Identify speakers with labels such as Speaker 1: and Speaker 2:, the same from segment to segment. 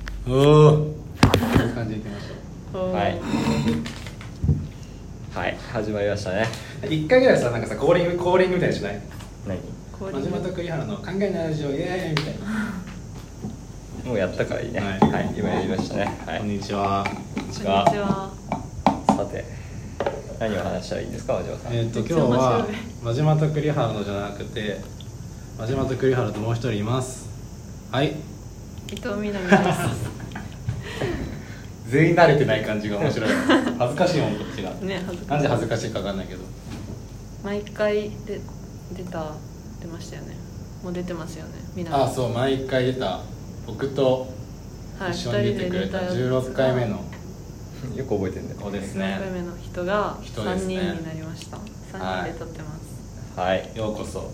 Speaker 1: おおこういう感じでいきまし
Speaker 2: はいはい始まりましたね
Speaker 1: ょう一回ぐらいさなんかさコーリングコーリングみたいにしない
Speaker 2: 何
Speaker 1: 真島と栗原の考えないラジオイエーイみたいな、
Speaker 2: もうやったからいいね
Speaker 1: は
Speaker 2: はいい、今やりましたねはい
Speaker 1: こんにちは
Speaker 2: こんに
Speaker 3: こんに
Speaker 2: ち
Speaker 3: ち
Speaker 2: は
Speaker 3: は。
Speaker 2: さて何を話したらいいんですかお嬢さん
Speaker 1: えっ、と今日は真島と栗原のじゃなくて真島と栗原ともう一人いますはい
Speaker 3: 伊藤みなみです。
Speaker 1: 全員慣れてない感じが面白い 恥ずかしいもんこっちが
Speaker 3: ね、恥ず
Speaker 1: な
Speaker 3: か
Speaker 1: ん
Speaker 3: し
Speaker 1: で
Speaker 3: い。
Speaker 1: 恥ずかしいか分かんないけど
Speaker 3: 毎回で出た出ましたよね。もう出てますよね。みなみ。
Speaker 1: あそう毎回出た僕と
Speaker 3: はい、
Speaker 1: 一緒に出てくれた16回目の
Speaker 2: よく覚えてるんだよ
Speaker 1: 子です
Speaker 3: 十六
Speaker 1: ね
Speaker 3: 回目の人が
Speaker 1: 人で
Speaker 3: 三
Speaker 1: す
Speaker 3: 人
Speaker 1: ね
Speaker 3: になりました。三、人で撮ってます。
Speaker 2: はい
Speaker 1: ようこそ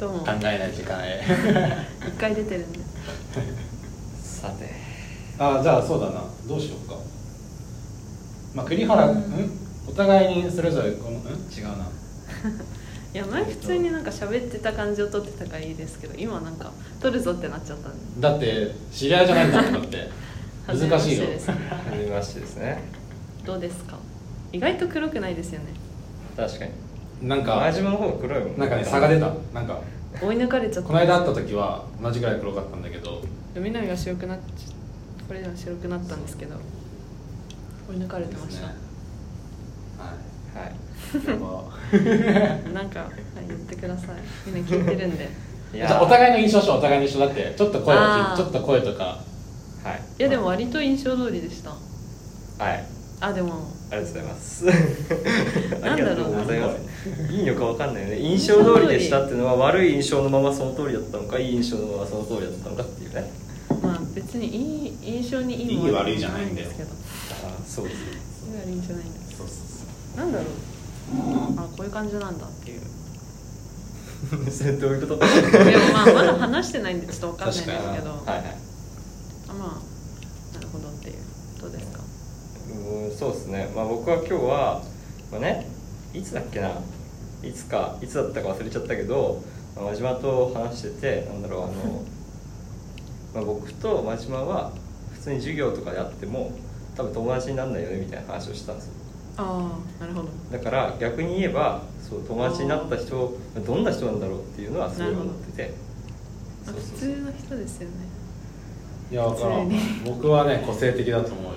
Speaker 3: どうも
Speaker 1: 考えない時間へ
Speaker 3: 一回出てるんで。
Speaker 2: さて
Speaker 1: あじゃあそうだなどうしようかまあ栗原うんお互いにそれぞれこのうん違うない
Speaker 3: や前普通になんか喋ってた感じを撮ってたからいいですけど、今なんか撮るぞってなっちゃったんで。
Speaker 1: だって知り合いじゃないんだもんだって難しいよ
Speaker 3: 初めましてですね
Speaker 2: 初めましてですね
Speaker 3: どうですか。意外と黒くないですよね。
Speaker 2: 確かに
Speaker 1: なんか
Speaker 2: 前島の方が黒いもん
Speaker 1: なんかね差が出たなんか
Speaker 3: 追い抜かれちゃった。
Speaker 1: この間会った時は同じぐらい黒かったんだけど
Speaker 3: みなみが白くなっちこれでも白くなったんですけど追い抜かれてました、
Speaker 1: は
Speaker 2: はい
Speaker 1: いやば
Speaker 3: なんか、はい、言ってくださいみんな聞いて るんで
Speaker 2: い
Speaker 1: じ
Speaker 2: や
Speaker 1: ゃあお互いの印象しようお互いの印象だってちょっと声を
Speaker 3: あー
Speaker 1: ちょっと声とか
Speaker 2: はい
Speaker 3: いやでも割と印象通りでした
Speaker 2: はい
Speaker 3: あでも
Speaker 2: ありがとうございます。
Speaker 3: なんだろう
Speaker 2: ありがとございます。いいのかわかんないよね。印象通りでしたっていうのは悪い印象のままその通りだったのか、いい印象のままその通りだったのかっていうね。
Speaker 3: まあ別にいい印象にいいも
Speaker 1: いい悪いじゃないんだよ
Speaker 3: ですけど
Speaker 2: あそうです。
Speaker 3: いい悪いんじゃないんです
Speaker 1: そうそうそう
Speaker 3: なんだろうあこういう感じなんだっていう
Speaker 2: それどういうこと？
Speaker 3: で
Speaker 2: は
Speaker 3: もまあまだ話してないんでちょっとわかんないですけど、
Speaker 1: 確かに
Speaker 2: い はい。
Speaker 3: あまあなるほどっていうどうですか
Speaker 2: うんそうですね。まあ僕は今日はまあね、いつだっけな、いつかいつだったか忘れちゃったけど、まあ真島と話してて、なんだろうあの、まあ僕と真島は普通に授業とかであっても多分友達にならないよねみたいな話をしてたんですよ。
Speaker 3: ああなるほど
Speaker 2: だから逆に言えばそう友達になった人どんな人なんだろうっていうのはすごい思ってて
Speaker 3: あ
Speaker 2: そう
Speaker 3: 普
Speaker 2: そうそう
Speaker 3: 通の人ですよね
Speaker 1: いや分からん
Speaker 3: 普通
Speaker 1: 僕はね個性的だと思うよ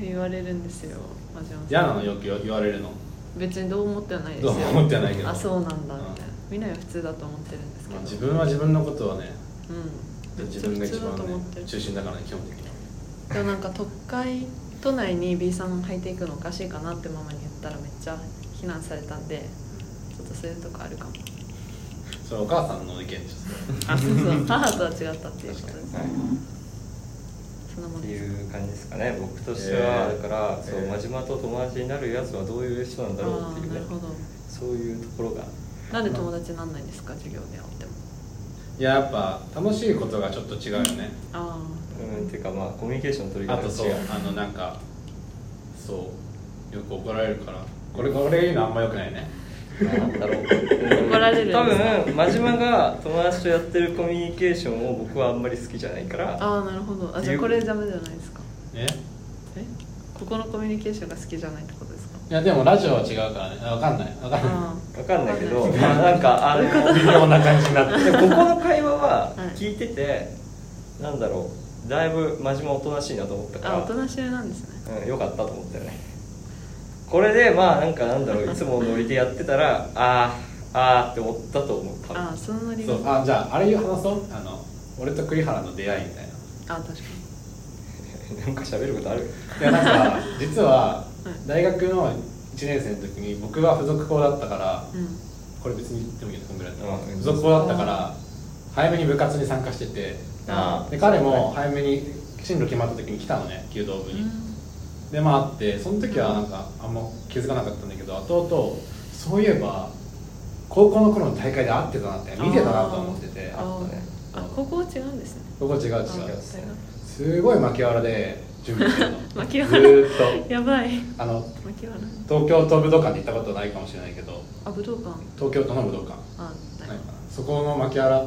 Speaker 3: 言われるんですよマジマジ
Speaker 1: 嫌なのよく言われるの
Speaker 3: 別にどう思ってはないです
Speaker 1: ど
Speaker 3: よ
Speaker 1: うも思ってはないけど
Speaker 3: あそうなんだ
Speaker 1: う
Speaker 3: み
Speaker 1: ん
Speaker 3: たいなみんなは普通だと思ってるんですけ
Speaker 1: ま
Speaker 3: ど
Speaker 1: あ、自分は自分のことはね
Speaker 3: うん
Speaker 1: 自分が一番
Speaker 3: 普通だと
Speaker 1: ね
Speaker 3: 思ってる
Speaker 1: 中心だからね基本的に
Speaker 3: でもなんか都会都内に B さん履いていくのおかしいかなってママに言ったらめっちゃ非難されたんでちょっとそういうとこあるかも
Speaker 1: それお母さんの意見です
Speaker 3: あそうそう母とは違ったっていうことです
Speaker 2: はい
Speaker 3: そんなも
Speaker 2: っ
Speaker 3: ん
Speaker 2: て
Speaker 3: です
Speaker 2: いう感じですかね僕としては
Speaker 1: えー
Speaker 2: だからそう
Speaker 1: えー
Speaker 2: 真島と友達になるやつはどういう人なんだろう
Speaker 3: あ
Speaker 2: っ
Speaker 3: あ
Speaker 2: ていう
Speaker 3: な
Speaker 2: ね
Speaker 3: るほど
Speaker 2: そういうところが
Speaker 3: なんで友達になんないんですか授業であっても
Speaker 1: いややっぱ楽しいことがちょっと違うよね
Speaker 3: あ
Speaker 2: うんっていうかまあコミュニケーションの取り
Speaker 1: あ
Speaker 2: 方が
Speaker 1: とそう
Speaker 2: 違う
Speaker 1: あのなんかそうよく怒られるからこれこれ言うのあんまよくないね
Speaker 2: なんだろう
Speaker 3: 怒られるんですか
Speaker 2: 多分真島が友達とやってるコミュニケーションを僕はあんまり好きじゃないから
Speaker 3: あああなるほどあじゃあこれダメじゃないですか
Speaker 1: え
Speaker 3: えここのコミュニケーションが好きじゃないってことですか
Speaker 1: いやでもラジオは違うからねあわかんないわかんな
Speaker 3: あ
Speaker 2: わかんないけど、
Speaker 3: わかん
Speaker 2: まあなんかあの
Speaker 1: い微妙な感じになって
Speaker 2: でここの会話は
Speaker 3: はい
Speaker 2: 聞いてて、なんだろうだいぶ真面目おとなしいなと思ったか
Speaker 3: ああおと
Speaker 2: ら、
Speaker 3: なしめなんですね
Speaker 2: うん、よかったと思ったよねこれでまあなんかなんだろういつものノリでやってたらあーあーって思ったと思う多分
Speaker 3: ああそのノリ
Speaker 1: そ
Speaker 3: が
Speaker 1: うあじゃああれ話そうあの俺と栗原の出会いみたいな
Speaker 3: あ確かに
Speaker 2: なんか喋ることある
Speaker 1: いやなんか実は
Speaker 3: うん
Speaker 1: 大学の1年生の時に僕は付属校だったから
Speaker 3: うん
Speaker 1: これ別に言ってもいいのこんぐらいだ
Speaker 2: うん
Speaker 1: 付属校だったから早めに部活に参加してて
Speaker 2: あー
Speaker 1: で彼も早めに進路決まった時に来たのね弓道部に、でまあ会ってその時はなんかあんま気づかなかったんだけど後々そういえば高校の頃の大会で会ってたなって見てたなと思ってて
Speaker 2: あったね
Speaker 3: あここは違うんですね
Speaker 1: ここ違う違う
Speaker 3: あ
Speaker 2: うそう
Speaker 1: すごい巻きわらで準備してるの
Speaker 3: 巻きわ
Speaker 1: ず
Speaker 3: ら
Speaker 1: ーっ
Speaker 3: やばい
Speaker 1: とあの
Speaker 3: 巻きわら
Speaker 1: 東京都武道館で行ったことないかもしれないけど
Speaker 3: あ武道館
Speaker 1: 東京都の武道館
Speaker 3: あない
Speaker 1: ないかなそこの巻きわら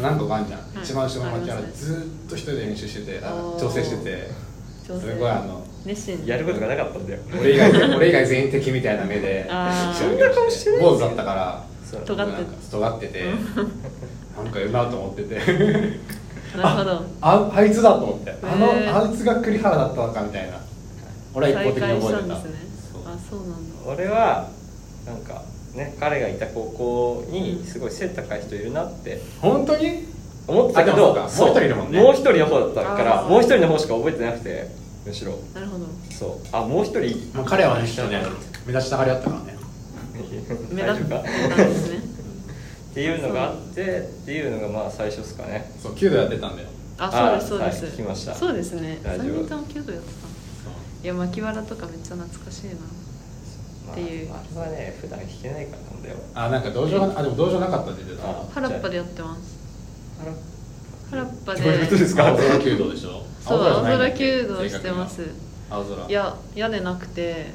Speaker 1: 何個かあるじゃん、
Speaker 3: い
Speaker 1: 一番下の巻き
Speaker 3: あ
Speaker 1: あ
Speaker 3: り
Speaker 1: れ
Speaker 3: ます
Speaker 1: ずーっと一人で練習しててあの
Speaker 3: おー
Speaker 1: 調整してて
Speaker 3: 調整
Speaker 1: すごいあの
Speaker 3: 熱心
Speaker 2: やることがなかったんだよ
Speaker 1: 俺以 外俺以外全員敵みたいな目で
Speaker 3: あー
Speaker 1: 将棋を
Speaker 2: そんな顔してない
Speaker 1: 坊主だったから
Speaker 2: そう
Speaker 3: 尖って
Speaker 1: なんか尖っててなんかうなと思ってて
Speaker 3: なるほど
Speaker 1: あああいつだと思ってあの
Speaker 3: へー
Speaker 1: あいつが栗原だったのかみたいな俺は一方的に覚えてた
Speaker 3: 再会したんですね
Speaker 1: そう
Speaker 3: あそうなんだ
Speaker 2: 俺はなんかね彼がいた高校にすごい背高い人いるなって
Speaker 1: 本当に
Speaker 2: 思ってたけ
Speaker 1: あでもそうかもう一
Speaker 2: ど
Speaker 1: 人いるもんね
Speaker 2: そうもう一人の方だったから
Speaker 3: あー
Speaker 2: もう一人の方しか覚えてなくてむしろ
Speaker 3: なるほど
Speaker 2: そうあもう一人
Speaker 1: まあ彼はねちょっとね目立ちたがりだったからね
Speaker 3: 目
Speaker 2: 大丈
Speaker 3: 立っ
Speaker 2: 夫
Speaker 3: た
Speaker 2: か
Speaker 3: んですね
Speaker 2: っていうのがあってっていうのがまあ最初ですかね
Speaker 1: そう弓道やってたんだよ
Speaker 3: あそうですそう
Speaker 2: あ
Speaker 3: で
Speaker 2: はい
Speaker 3: す
Speaker 2: 聞きました
Speaker 3: そうですね
Speaker 2: ラ
Speaker 3: 三
Speaker 2: ジオ
Speaker 3: 人とも弓道やってたのいや巻きわらとかめっちゃ懐かしいな
Speaker 2: まあ
Speaker 3: っていう
Speaker 2: あれはね普段弾けないからなんだよ
Speaker 1: あなんか道場があでも道場なかったって言ってた
Speaker 2: あ
Speaker 3: 原っぱでやってます
Speaker 2: あら
Speaker 3: 原っぱで
Speaker 2: どういうことですか
Speaker 1: 青空弓道でしょ
Speaker 3: そう青
Speaker 1: じゃないんだ
Speaker 3: 空
Speaker 1: っけ
Speaker 3: 弓道してます
Speaker 1: 青空
Speaker 3: いや屋根なくて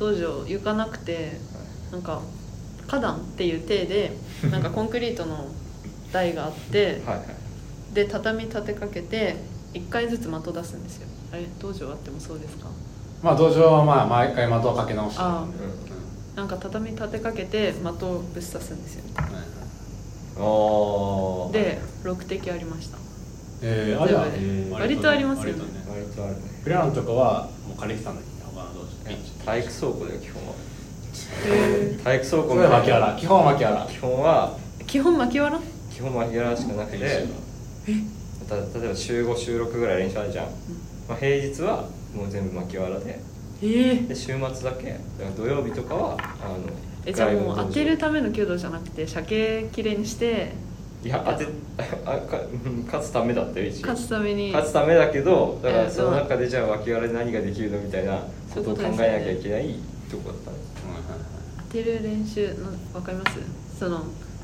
Speaker 3: 道場床なくてなんか花壇っていう体でなんかコンクリートの台があって
Speaker 2: はいはい
Speaker 3: で畳立てかけて1回ずつ的出すんですよあれ道場あってもそうですか
Speaker 1: まあ道場はまあ毎回的をかけ直して
Speaker 3: あ
Speaker 2: うん
Speaker 3: なんか畳立てかけて的をぶっ刺すんですよ
Speaker 2: ああ
Speaker 3: で6滴ありました
Speaker 1: えー、あじゃあ
Speaker 2: 全部で
Speaker 3: 割とありますよね
Speaker 1: 割と
Speaker 2: 割とあるね
Speaker 1: クレアのとこはもう借りてたんだけど他の道場ピンチ
Speaker 2: 体育倉庫だよ基本は
Speaker 3: へ
Speaker 2: 体育倉庫
Speaker 1: これは
Speaker 2: た
Speaker 1: 牧原基本は牧原
Speaker 2: 基本は
Speaker 3: 基本巻きわら
Speaker 2: 基本は平らしかなくて
Speaker 1: 練習
Speaker 2: た例えば週5週6ぐらい練習あるじゃん、まあ、平日はもう全部巻きわらで
Speaker 3: ええ
Speaker 2: で週末だけだから土曜日とかはあの
Speaker 3: えじゃあもう
Speaker 2: 外部の道場
Speaker 3: 当てるための弓道じゃなくて射形きれいにして
Speaker 2: いや当てあかうん勝つためだったよ一応
Speaker 3: 勝つために
Speaker 2: 勝つためだけどだか
Speaker 3: え
Speaker 2: ら
Speaker 3: ー
Speaker 2: その中でじゃあ脇腹で何ができるのみたいな
Speaker 3: そう
Speaker 2: こ
Speaker 3: いう
Speaker 2: と
Speaker 3: こ
Speaker 2: を
Speaker 3: と
Speaker 2: 考
Speaker 3: です
Speaker 2: えな
Speaker 3: よ
Speaker 2: き
Speaker 3: ね
Speaker 2: ゃいけないとこだったね
Speaker 3: 当てる練習のわかりますその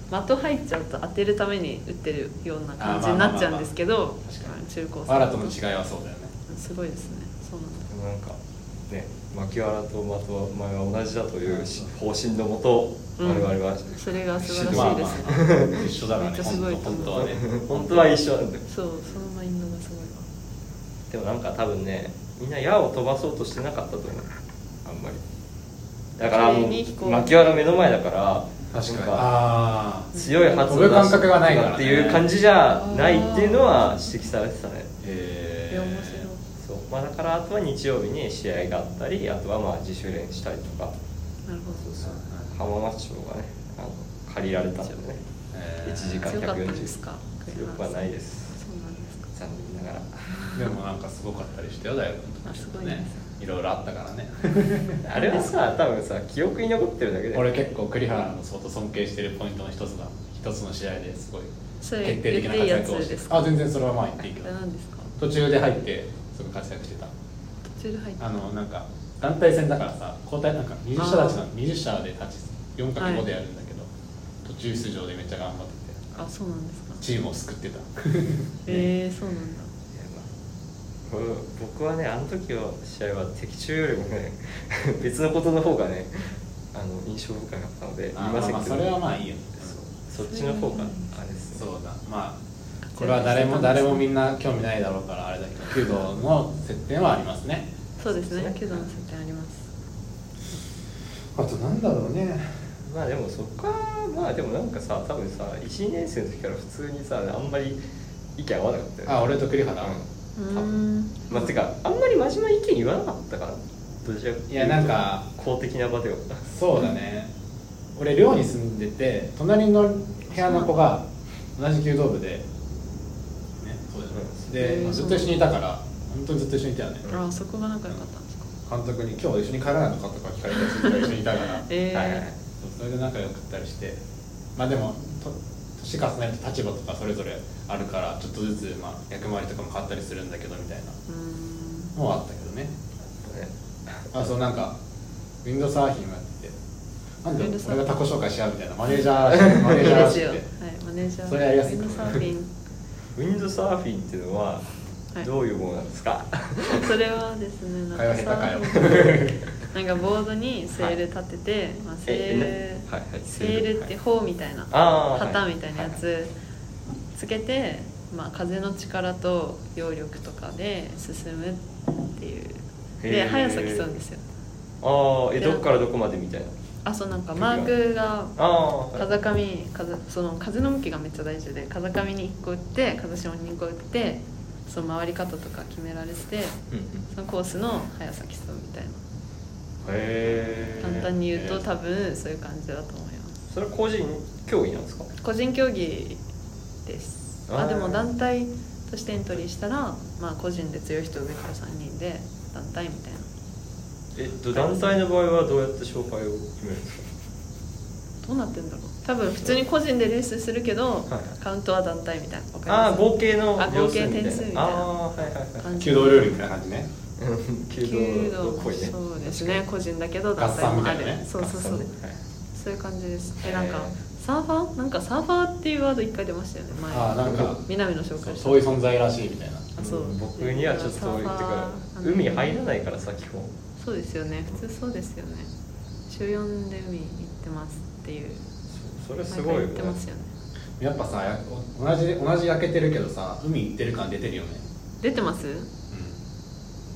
Speaker 3: 的入っちゃうと当てるために打ってるような感じになっちゃうんですけど
Speaker 1: あまあまあまあ確かに
Speaker 3: 中高
Speaker 1: わらとの違いはそうだよね
Speaker 3: すごいですねそうなんだ
Speaker 2: でもなんかね脇腹と的は前は同じだというし方針のもと
Speaker 3: うん
Speaker 2: 我々は
Speaker 3: それが素晴
Speaker 1: ま
Speaker 3: ら
Speaker 1: あ
Speaker 3: しい
Speaker 1: ま
Speaker 3: で
Speaker 1: あ
Speaker 3: すね、
Speaker 1: まあ一緒だから
Speaker 3: め
Speaker 1: ね
Speaker 3: っちゃすごいと思う
Speaker 1: 本当はね
Speaker 2: 本当は一緒なんだよ
Speaker 3: そうそのマインドがすごいわ
Speaker 2: でもなんか多分ねみんな矢を飛ばそうとしてなかったと思うあんまりだからも
Speaker 3: 綺麗に飛行
Speaker 2: う巻き腹目の前だから
Speaker 1: 確か
Speaker 2: な
Speaker 1: に
Speaker 2: ん
Speaker 1: ああ
Speaker 2: 強い発音出
Speaker 1: 飛ぶ感覚がないからね
Speaker 2: っていう感じじゃないっていうのは指摘されてたね
Speaker 1: え
Speaker 3: いや面白い
Speaker 2: そう、まあ、だからあとは日曜日に試合があったりあとはまあ自主練したりとか
Speaker 3: なるほど
Speaker 2: 浜松町がねあの借りられたんでね
Speaker 1: えー
Speaker 2: 一時間
Speaker 3: 強かったですか
Speaker 2: 強くはないです
Speaker 3: そうなんですか
Speaker 2: 残念ながら
Speaker 1: でもなんかすごかったりしてよ大学の
Speaker 3: あすご
Speaker 1: 時
Speaker 3: い
Speaker 1: ね
Speaker 3: ね
Speaker 1: いろいろあったからね
Speaker 2: あれはさ多分さ記憶に残ってるだけで
Speaker 1: 俺結構栗原の相当尊敬してるポイントの一つが一つの試合ですごい
Speaker 3: それ
Speaker 1: 決
Speaker 3: 言
Speaker 1: 定的
Speaker 3: って
Speaker 1: ない
Speaker 3: いや
Speaker 1: 活躍を
Speaker 3: つ
Speaker 1: して
Speaker 3: ですか
Speaker 1: あ全然それはまあ言っていいけど
Speaker 3: 何ですか
Speaker 1: 途中で入ってすごい活躍してた
Speaker 3: 途中で入って
Speaker 1: あのなんか団体戦だからさ交代なんか20社立ちな
Speaker 3: あ
Speaker 1: の20社で立ち 4×5 で
Speaker 3: は
Speaker 1: やるんだけど、途中出場でめっちゃ頑張ってて
Speaker 3: あそうなんですか
Speaker 1: チームを救ってた
Speaker 3: ええそうなんだ
Speaker 2: いやまあこれ僕はねあの時の試合は的中よりもね 別のことの方がねあの印象深かったの で言い
Speaker 1: あ
Speaker 2: ませんけど
Speaker 1: まあそれはまあいいよね
Speaker 2: そうそっちの方があれです
Speaker 1: そ
Speaker 2: ね
Speaker 1: うだまあこれは誰も誰もみんな興味ないだろうからあれだけど弓道の接点はありますね
Speaker 3: そうです
Speaker 2: そう
Speaker 3: ね
Speaker 2: ですね
Speaker 3: 弓道の接点あります
Speaker 1: あとなんだろうね
Speaker 2: まあでもそっからまあでもなんかさ多分さ12年生の時から普通にさあんまり意見合わなかったよね
Speaker 1: あ俺と栗原、
Speaker 3: う
Speaker 2: 多
Speaker 3: ー
Speaker 2: 分
Speaker 3: ん
Speaker 2: まあてかあんまり真面目な意見言わなかったからどちらかとうと
Speaker 1: いやなんか
Speaker 2: 公的な場では
Speaker 1: そうだね俺寮に住んでて隣の部屋の子が同じ弓道部でねそうだよねで、
Speaker 3: うん
Speaker 1: ずっと一緒にいたから本当にずっと一緒にいたよね
Speaker 3: あそこが仲良かったんですか
Speaker 1: 監督に「今日一緒に帰らないのか?」とか聞かれたりするから一緒にいたから
Speaker 3: え
Speaker 2: はいはいはい
Speaker 3: え
Speaker 1: そうそれで仲良くったりしてまあでもと年重ねると立場とかそれぞれあるからちょっとずつまあ役回りとかも変わったりするんだけどみたいな
Speaker 3: うーん
Speaker 1: のはあったけどね
Speaker 2: ね
Speaker 1: あそうなんかウィンドサーフィンをやっててなんで
Speaker 3: ウィンドサー
Speaker 1: 俺
Speaker 3: フィ
Speaker 1: が
Speaker 3: ン
Speaker 1: 他己紹介し合うみたいなマネージャーマネー
Speaker 3: いい
Speaker 1: ジャー
Speaker 3: で
Speaker 1: ら
Speaker 3: す
Speaker 1: し
Speaker 3: よ。
Speaker 1: く
Speaker 3: はい
Speaker 1: て、
Speaker 3: マネージャー。
Speaker 1: それやりやすい
Speaker 3: ウィンドサーフィン。
Speaker 2: ウィンドサーフィンっていうのは
Speaker 3: はい
Speaker 2: どういうものなんですか、
Speaker 3: それはですね、なん
Speaker 1: 会話
Speaker 3: か
Speaker 1: 下手かよ
Speaker 3: さ、なんかボードにセール立てて、まあセー
Speaker 2: え
Speaker 3: ル、
Speaker 2: なはいはい
Speaker 3: セールって
Speaker 2: はい
Speaker 3: 砲みたいな
Speaker 2: あーはい
Speaker 3: 旗みたいなやつつけて、まあ、風の力と揚力とかで進むっていう
Speaker 2: へ
Speaker 3: で
Speaker 2: ー
Speaker 3: 速さ競うんですよ
Speaker 2: ああえ
Speaker 3: で
Speaker 2: どっからどこまでみたいな
Speaker 3: あそうなんかマークが
Speaker 2: ああはい
Speaker 3: 風上風その風の向きがめっちゃ大事で風上に1個打って風下に2個打ってその回り方とか決められて
Speaker 2: うんうん
Speaker 3: そのコースの速さ競うみたいな
Speaker 2: へえ
Speaker 3: 簡単に言うと多
Speaker 2: 分
Speaker 3: 分そういう感じだと思います
Speaker 2: それは個人競技なんですか
Speaker 3: 個人競技です
Speaker 2: あ
Speaker 3: あ
Speaker 2: ー
Speaker 3: でも団体としてエントリーしたら、まあ、個人で強い人上から3人で団体みたいな
Speaker 2: えっと団体の場合はどうやって勝敗を決めるんですか
Speaker 3: どうなってんだろう多分普通に個人でレースするけど、
Speaker 2: はい
Speaker 3: カウントは団体みたいなわかり
Speaker 2: ああ
Speaker 3: ます
Speaker 2: 合計の
Speaker 3: あ
Speaker 2: 秒数み
Speaker 3: 合
Speaker 2: たい
Speaker 3: 計点数みたいな
Speaker 2: ああはいはい はい
Speaker 3: 感じ
Speaker 1: 弓道料理みたいな感じね
Speaker 2: うん
Speaker 3: 弓
Speaker 2: 弓
Speaker 3: 道
Speaker 2: 道っぽいね
Speaker 3: そうですね個人だけど団体もあ
Speaker 1: 合算み
Speaker 3: る、
Speaker 1: たいなね
Speaker 3: そうそうそう、
Speaker 2: 合算ねはい
Speaker 3: そういう感じです
Speaker 2: へ
Speaker 3: で
Speaker 2: ー
Speaker 3: なんかサーファーなんかサーファーっていうワード一回出ましたよね前
Speaker 1: ああなんか
Speaker 3: 南の
Speaker 1: そ
Speaker 3: 紹介
Speaker 1: う
Speaker 3: した
Speaker 1: そういう存在らしいみたいな
Speaker 3: あそう
Speaker 2: 僕にはちょっと遠いっていうか海入らないからさ基本
Speaker 3: そうですよね普通そうですよね週4で海行ってますっていう
Speaker 2: それすごい
Speaker 3: 毎
Speaker 2: よね
Speaker 3: 回行ってますよね
Speaker 1: やっぱさや同じ同じ焼けてるけどさ海行ってる感出てるよね、
Speaker 3: 出てます
Speaker 1: うん、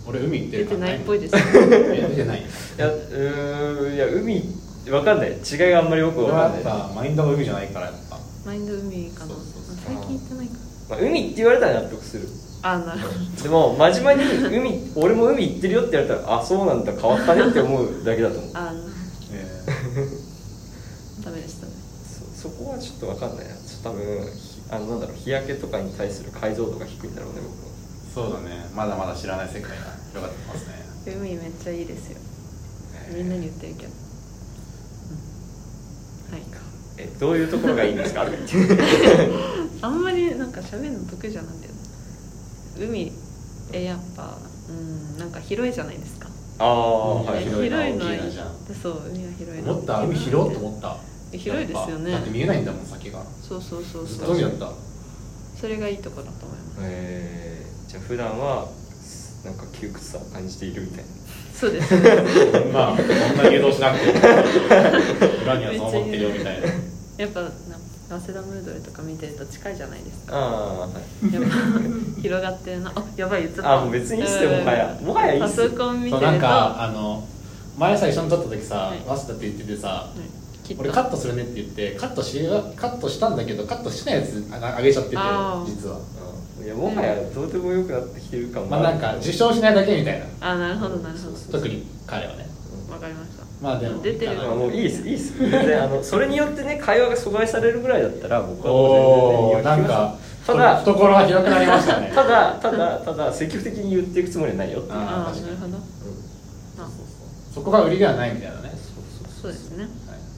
Speaker 1: 俺海行って
Speaker 3: 出
Speaker 1: る
Speaker 3: て
Speaker 1: 感
Speaker 3: ないっぽいですすよ
Speaker 1: や出てない
Speaker 2: いやうーんいや海わかんない違いがあんまりよく
Speaker 1: 俺
Speaker 2: わか
Speaker 1: は
Speaker 2: んな
Speaker 1: やっ、
Speaker 2: い
Speaker 1: ぱマインドが海じゃないからやっぱ
Speaker 3: マインド海かな
Speaker 1: そうそうそう
Speaker 3: 最近行ってないか
Speaker 2: まあ、海って言われたら納得する
Speaker 3: あなるほど
Speaker 2: でも真面目に海俺も海行ってるよって言われたらあそうなんだ変わったねって思うだけだと思う
Speaker 3: あ
Speaker 1: え
Speaker 3: ダメでしたね
Speaker 2: そそこはちょっとわかんないなちょっと多分ひあのなんだろう日焼けとかに対する解像度が低いんだろうね僕は
Speaker 1: ーそうだねまだまだ知らない世界が広がってますね
Speaker 3: 海めっちゃいいですよみんなに言ってるけど、うんはい
Speaker 2: えどういうところがいいんで すか
Speaker 3: あんまりなんか喋るの得意じゃないんだよね海えやっぱうんなんか広いじゃないですか
Speaker 2: ああ
Speaker 1: 海が
Speaker 2: はい
Speaker 1: 広いな
Speaker 3: 広いの
Speaker 1: 大きいなじゃん
Speaker 3: でそう海が広いの
Speaker 1: 思った海広っと思った
Speaker 3: え広いですよね
Speaker 1: やっぱだって見えないんだもん先が
Speaker 3: そうそうそう
Speaker 1: ずっ
Speaker 3: そ
Speaker 1: と海だ
Speaker 3: う
Speaker 1: った
Speaker 3: それがいいとこだと思いま
Speaker 2: えー、じゃあ普段はすなんか窮屈さを感じているみたいな
Speaker 3: すそうですね
Speaker 1: まあこんな誘導しなくて も裏にはそう思ってるよみたいな
Speaker 3: やっぱな早稲田ムードルとか見てると近いじゃな いですか
Speaker 2: ああーはい
Speaker 3: やっぱ広がってるなあやばい言っちゃった
Speaker 2: あもう別にいいっすよもはやもはやいいっ
Speaker 3: パ
Speaker 2: すよ
Speaker 3: ソコン見て
Speaker 1: そう
Speaker 3: ると
Speaker 1: なんかあの前さ一緒に撮った時さ
Speaker 3: はい
Speaker 1: 「早稲田」って言っててさ
Speaker 3: うんき
Speaker 1: 「
Speaker 3: っと
Speaker 1: 俺カットするね」って言ってカットしカットしたんだけどカットしないやつああげちゃってて
Speaker 3: あー
Speaker 1: 実は
Speaker 2: うんいやもはやどうでもよくなってきてるかも
Speaker 1: まあなんか受賞しないだけみたいな
Speaker 3: あなるほどなるほ
Speaker 2: そう
Speaker 1: 特に彼はね
Speaker 3: どわかりました
Speaker 1: まあでも
Speaker 3: 出てる
Speaker 1: いいか
Speaker 2: まあ
Speaker 1: な
Speaker 2: もういいですいいです全然あの それによってね会話が阻害されるぐらいだったら僕はも
Speaker 1: おお
Speaker 2: う全然
Speaker 1: なん
Speaker 2: ね
Speaker 1: か
Speaker 2: ただ
Speaker 1: 懐が広くなりましたね
Speaker 2: ただただただ積極的に言っていくつもりはないよっていう
Speaker 1: あー
Speaker 3: ああ
Speaker 1: 確
Speaker 3: な
Speaker 1: か
Speaker 3: る
Speaker 1: に
Speaker 3: ほどあ
Speaker 1: そこが売りではないみたいなね
Speaker 3: そうですね
Speaker 1: はい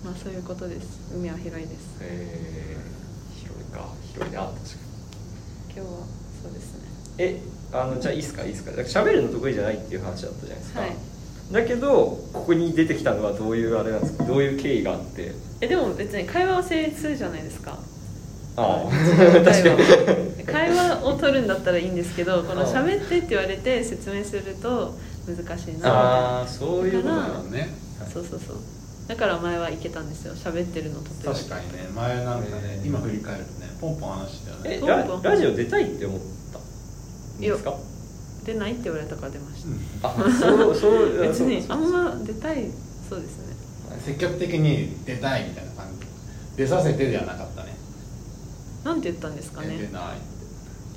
Speaker 3: まあそういうことです海は広いです
Speaker 2: えー広いか広いな確かに
Speaker 3: 今日はそうですね
Speaker 2: えあのじゃあいいっすかいいっすかだから喋るの得意じゃないっていう話だったじゃないですか、
Speaker 3: はい
Speaker 2: だけどここに出てきたのはどういうあれなんですかどういう経緯があって
Speaker 3: えでも別に会話は成立するじゃないですか
Speaker 2: ああ
Speaker 3: 会
Speaker 2: 確かに
Speaker 3: 話会話を取るんだったらいいんですけどこの
Speaker 2: あー
Speaker 3: 喋ってって言われて説明すると難しいな
Speaker 2: ああそういうこと
Speaker 3: だ
Speaker 2: な
Speaker 3: か
Speaker 2: ん
Speaker 3: ら
Speaker 1: そ
Speaker 2: だ
Speaker 1: うだね
Speaker 3: そうそうそうだから前はいけたんですよ喋ってるのとって
Speaker 1: 確かにね前なんかね
Speaker 2: えー
Speaker 1: 今振り返るとねポンポン話してたよ
Speaker 2: え
Speaker 1: ね
Speaker 2: ララジオ出たいって思ったんですか
Speaker 3: 出ないって言われたから出まし
Speaker 1: うん
Speaker 2: あそうそう
Speaker 3: た 別に
Speaker 2: そう
Speaker 3: あんま出たいそうですね
Speaker 1: 積極的に出たいみたいな感じ出させてではなかったね
Speaker 3: なんて言ったんですか
Speaker 1: 出
Speaker 3: ね
Speaker 1: てない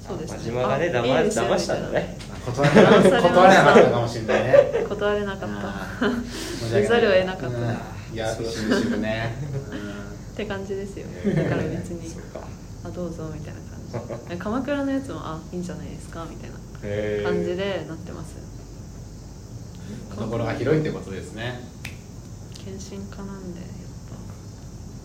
Speaker 3: そうですね
Speaker 2: 真島がね
Speaker 3: あ
Speaker 2: 騙
Speaker 3: いいですよ
Speaker 2: 騙したんだね
Speaker 1: 断れな
Speaker 3: 騙され ました
Speaker 1: 断れなかったかもしれないね
Speaker 3: 断れなかった
Speaker 1: あー申し訳
Speaker 3: 出ざるを得なかった
Speaker 1: うんいやしぶしぶね
Speaker 3: って感じですよだから別に
Speaker 2: そうか
Speaker 3: あどうぞみたいな感じ 鎌倉のやつもあいいんじゃないですかみたいな
Speaker 2: へー
Speaker 3: 感じでなってます
Speaker 1: うん懐が広いってことですね
Speaker 3: 献身家なんでやっ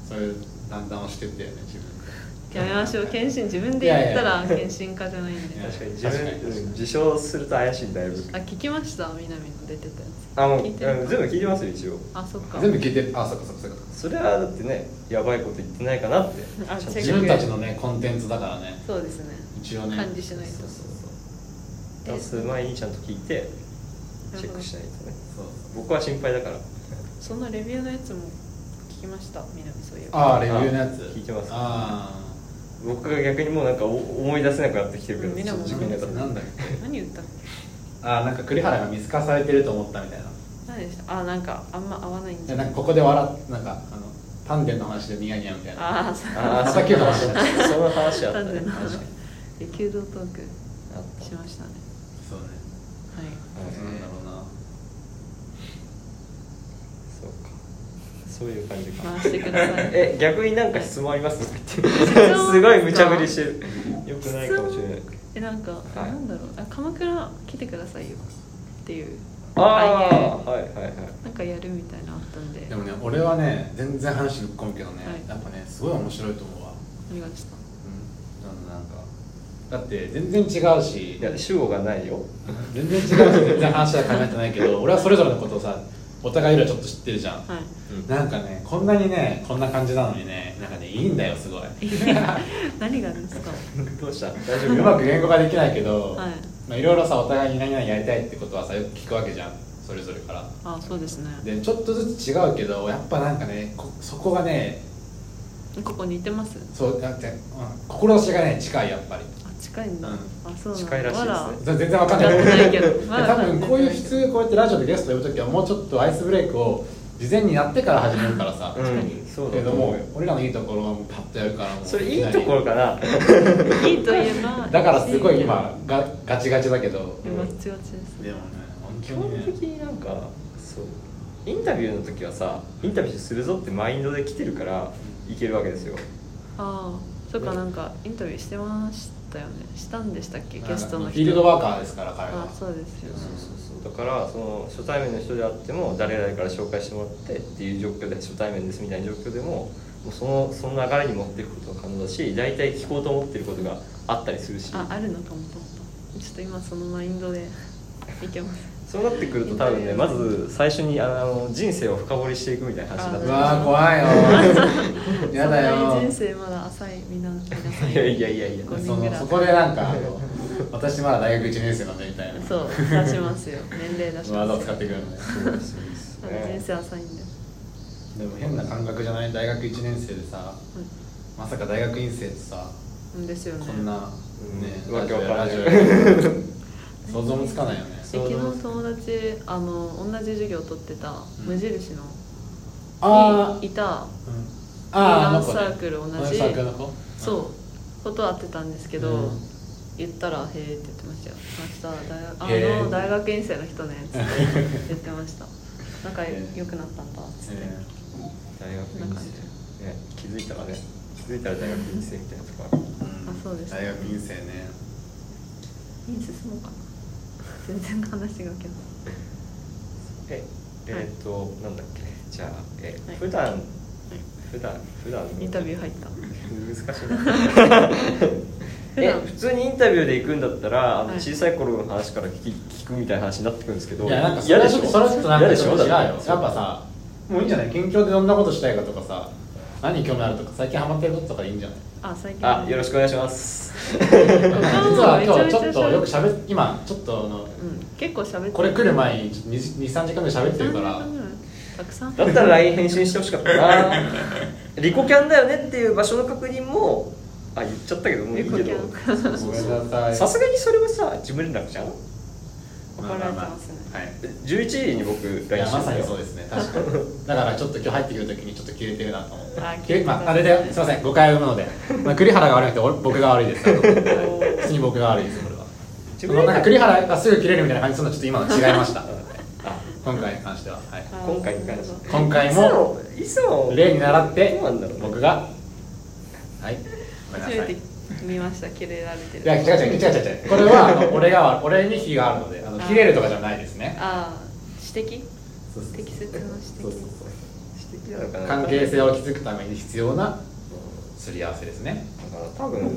Speaker 1: そういう段々をしてったよね自分
Speaker 3: ぱやめましょう献身自分で言ったら
Speaker 2: いやい
Speaker 3: 献身家じゃないんで
Speaker 1: いや
Speaker 2: 確かに自
Speaker 1: 確かに確かに
Speaker 2: 分うん自称すると怪しいんだよ
Speaker 3: あ聞きました南の出てたやつ
Speaker 2: あもうう
Speaker 3: 聞い
Speaker 2: ん
Speaker 3: て
Speaker 2: 全
Speaker 3: る
Speaker 2: 部聞いてますよ一応
Speaker 3: あそっか
Speaker 1: 全部聞いてあそうかそうかそうか
Speaker 2: それはだってねやばいこと言ってないかなって
Speaker 3: あ
Speaker 2: ちゃんと
Speaker 3: チ
Speaker 1: 自
Speaker 3: ェック
Speaker 1: 分たちのねコンテンツだからね
Speaker 3: そうですね
Speaker 1: 一応ね
Speaker 3: 管理しないと
Speaker 2: そうそうそう
Speaker 3: え
Speaker 2: 出す前にちゃんと聞いてチェックしないとね
Speaker 1: そう
Speaker 2: 僕は心配だから
Speaker 3: そのレビューのやつも聞きました南そういえば
Speaker 1: ああレビューのやつ
Speaker 2: 聞いてます
Speaker 1: あ
Speaker 2: 僕が逆にもうなんかお思い出せなくなってきてるけど
Speaker 3: うんみんなも
Speaker 2: 自分のやつ
Speaker 1: なんだっ
Speaker 3: 何言ったっ
Speaker 1: けあなんか栗原が見透かされてると思ったみたいな
Speaker 3: け何でしたあなんかあんま合わないんじ
Speaker 1: で
Speaker 3: ゃ
Speaker 1: なんかここで笑っなんかあの丹田の話でニヤニヤみたいな
Speaker 3: ああそう
Speaker 2: ああ
Speaker 1: また今日の話だ
Speaker 2: その話あった
Speaker 3: 丹
Speaker 2: ね
Speaker 3: 田の
Speaker 2: 確
Speaker 3: 話
Speaker 2: かに
Speaker 3: 弓道トーク
Speaker 2: あった
Speaker 3: しましたね
Speaker 1: そうね
Speaker 3: はい
Speaker 1: なんだろうな
Speaker 2: そうかそういう感じか
Speaker 3: 回してください
Speaker 2: え逆になんか質問あります
Speaker 3: か
Speaker 2: すごい無茶ぶりしてるよくないかもしれない
Speaker 3: えなんか、
Speaker 2: い
Speaker 3: なんだろうあ鎌倉来てくださいよっていう
Speaker 2: ああーはいはいはい
Speaker 3: なんかやるみたいなのあったんで
Speaker 1: でもね俺はね全然話ぶっ込むけどね、
Speaker 3: はい
Speaker 1: やっぱねすごい面白いと思うわ
Speaker 3: 何がですか
Speaker 1: うんなんかだって全然違うし
Speaker 2: いや主語がないよ
Speaker 1: 全然違うし全然話は考えてないけど俺はそれぞれのことをさお互いよりはちょっと知ってるじゃん、
Speaker 3: はい
Speaker 1: なんかねこんなにねこんな感じなのにねなんかねいいんだよすごい
Speaker 3: 何がですか
Speaker 2: どうした大
Speaker 1: う
Speaker 2: 丈
Speaker 1: ま
Speaker 2: 夫
Speaker 1: く言語化できないけど、
Speaker 3: はい
Speaker 1: まあ、いろいろさお互いに何々やりたいってことはさよく聞くわけじゃんそれぞれから
Speaker 3: あそうですね
Speaker 1: でちょっとずつ違うけどやっぱなんかねこそこがね
Speaker 3: ここ似てます
Speaker 1: そうだって、うん、志がね近いやっぱり
Speaker 3: あ近いんだ、
Speaker 1: うん
Speaker 3: あそうなんだ
Speaker 2: 近いらしいですね
Speaker 3: わ
Speaker 1: 全然わかんない
Speaker 3: わかんないけど
Speaker 1: い
Speaker 3: ま
Speaker 1: や
Speaker 3: あ
Speaker 1: 多分こういう普通こうやってラジオでゲスト呼ぶ時はもうちょっとアイスブレイクを事前にやってから始めるからさ、
Speaker 2: う
Speaker 3: 確か
Speaker 2: ん
Speaker 3: に
Speaker 2: そう
Speaker 1: け
Speaker 2: だ
Speaker 1: ど
Speaker 2: と思
Speaker 1: も
Speaker 2: うよ
Speaker 1: 俺らのいいところはもうパッとやるからもう
Speaker 2: それいいところ
Speaker 1: か
Speaker 2: かない
Speaker 3: いと言えば
Speaker 1: だからすごい
Speaker 3: い
Speaker 1: 今がガチガチだけど
Speaker 3: いと言えばガチガチです
Speaker 1: でもね本
Speaker 2: 基
Speaker 1: 当
Speaker 2: 本
Speaker 1: にね
Speaker 2: 的になんかそうインタビューの時はさインタビューするぞってマインドで来てるからいけるわけですよ
Speaker 3: ああそっかなんかインタビューしてましたよねしたんでしたっけゲストの
Speaker 1: フ
Speaker 3: 人
Speaker 1: ィールドワーカーですから彼は
Speaker 3: あそうですよね
Speaker 2: そうそうだからその初対面の人であっても誰々から紹介してもらってっていう状況で初対面ですみたいな状況でももうそのその流れに持っていくことが可能だし大体聞こうと思ってることがあったりするし
Speaker 3: ああるのかもと思ったちょっと今そのマインドでいけます
Speaker 2: そうなってくると多分ねまず最初にあの人生を深掘りしていくみたいな話にな
Speaker 1: う
Speaker 2: ってくる
Speaker 1: わー怖いよ やだ
Speaker 3: そんな
Speaker 1: よ
Speaker 3: に人生まだ浅いみんな皆さん
Speaker 2: いやいやいやいや
Speaker 3: 五
Speaker 1: そ
Speaker 3: 人ぐ
Speaker 1: の
Speaker 3: らい
Speaker 1: そこでなんかあの私まだ大学1年生なんでみたいな
Speaker 3: そう出しますよ年齢 出し
Speaker 1: わざ
Speaker 3: ま
Speaker 1: を
Speaker 3: す
Speaker 1: 使
Speaker 3: よ
Speaker 1: ってくるのね
Speaker 2: そうですそうです
Speaker 3: まだ人
Speaker 2: ね
Speaker 3: 生浅いんで、
Speaker 1: でも変な感覚じゃない大学1年生でさまさか大学院生ってさ
Speaker 3: うん、ですよね
Speaker 1: こんなね
Speaker 2: うんわけわかんない
Speaker 1: ラジオや 想像もつかないよね
Speaker 3: え昨日友達あの同じ授業を取ってた無印の、
Speaker 1: あ
Speaker 3: にいた
Speaker 1: ーうんあーあの子ね
Speaker 3: ダンスサークル同じ
Speaker 1: ダンスサークルの子
Speaker 3: そうことあってたんですけど、
Speaker 1: うん
Speaker 3: 言ったら「へえ」って言ってましたよ「明
Speaker 1: へ
Speaker 3: 日
Speaker 1: ー
Speaker 3: 大あの大学院生の人ね」っつって 言ってました仲
Speaker 1: へー
Speaker 3: 良くなったんだっつって、
Speaker 1: え
Speaker 2: 大学院生ね気づいたらね気づいたら大学院生みたいなとこあ
Speaker 1: ーう
Speaker 2: る
Speaker 1: ん
Speaker 3: あそうです
Speaker 1: 大学院生ね
Speaker 3: いい進もうかな全然話がけど
Speaker 2: え
Speaker 3: はい
Speaker 2: えーっと、なんだっけじゃあえ、
Speaker 3: はい
Speaker 2: 普段普段普段
Speaker 3: インタビュー入った
Speaker 2: 難 しいなえ普通にインタビューで行くんだったらあの
Speaker 3: はい
Speaker 2: 小さい頃の話から聞き聞くみたいな話になってくるんですけど
Speaker 1: いやなんかそれはちょっとそれはちょっとなんか
Speaker 2: 嫌でしょ
Speaker 1: 違うよやっ
Speaker 2: だ
Speaker 1: ぱ
Speaker 2: て
Speaker 1: さもういいんじゃない近況でどんなことしたいかとかさ何に興味あるとか最近ハマってることとかでいいんじゃない
Speaker 3: あ最近
Speaker 2: あよろしくお願いします
Speaker 1: 実は今日ちょっとよく
Speaker 3: し
Speaker 1: しゃべ今ちょっとあの
Speaker 3: うん結構喋ってる
Speaker 1: これ来る前に23時間ぐらい喋ってるから
Speaker 3: 3時間ぐいたくさん
Speaker 2: だったら LINE 返信してほしかっ たなリコキャンだよねっていう場所の確認もあ言っちゃったけどもうい
Speaker 3: リ
Speaker 2: いけ
Speaker 3: コ
Speaker 2: ど
Speaker 3: キャン
Speaker 1: ごめんなさい
Speaker 2: さすがにそれはさ自分連絡じゃん
Speaker 3: 怒られてますね
Speaker 1: まあまあはい
Speaker 2: 11時に僕 LINE して
Speaker 1: いやまさにそうですすね確かにだからちょっと今日入ってくるときにちょっと切れてるなと思って
Speaker 3: あ
Speaker 1: 切れまあ、あ
Speaker 3: 切
Speaker 1: れ
Speaker 3: れて
Speaker 1: で
Speaker 3: ます
Speaker 1: すいません誤解を生むので、まあ、栗原が悪いので俺僕が悪いです
Speaker 3: おー
Speaker 1: 普通に僕が悪いですこれは
Speaker 2: 自
Speaker 1: そ
Speaker 2: 分連
Speaker 1: のなんか
Speaker 2: 絡
Speaker 1: 栗原がすぐ切れるみたいな感じするのちょっと今の違いました
Speaker 2: あ
Speaker 1: 今回に関してははい
Speaker 3: あ
Speaker 2: 今回に関して
Speaker 1: 今回
Speaker 2: いつ
Speaker 1: も
Speaker 2: もいつも
Speaker 1: 例に倣って
Speaker 2: どうなんだろうね
Speaker 1: 僕がはいごめんなさ
Speaker 3: 初め
Speaker 1: い
Speaker 3: て見ました切れられてる
Speaker 1: いや違う違う違う違う違うこれはあの俺が俺に非があるのであの
Speaker 3: あー
Speaker 1: 切れるとかじゃないですね
Speaker 3: あー指摘
Speaker 1: そうそうそう
Speaker 3: 適切な指
Speaker 1: そうそう
Speaker 3: 摘
Speaker 2: 指摘なのかな
Speaker 1: 関係性を築くために必要なすり合わせですね
Speaker 2: だから多分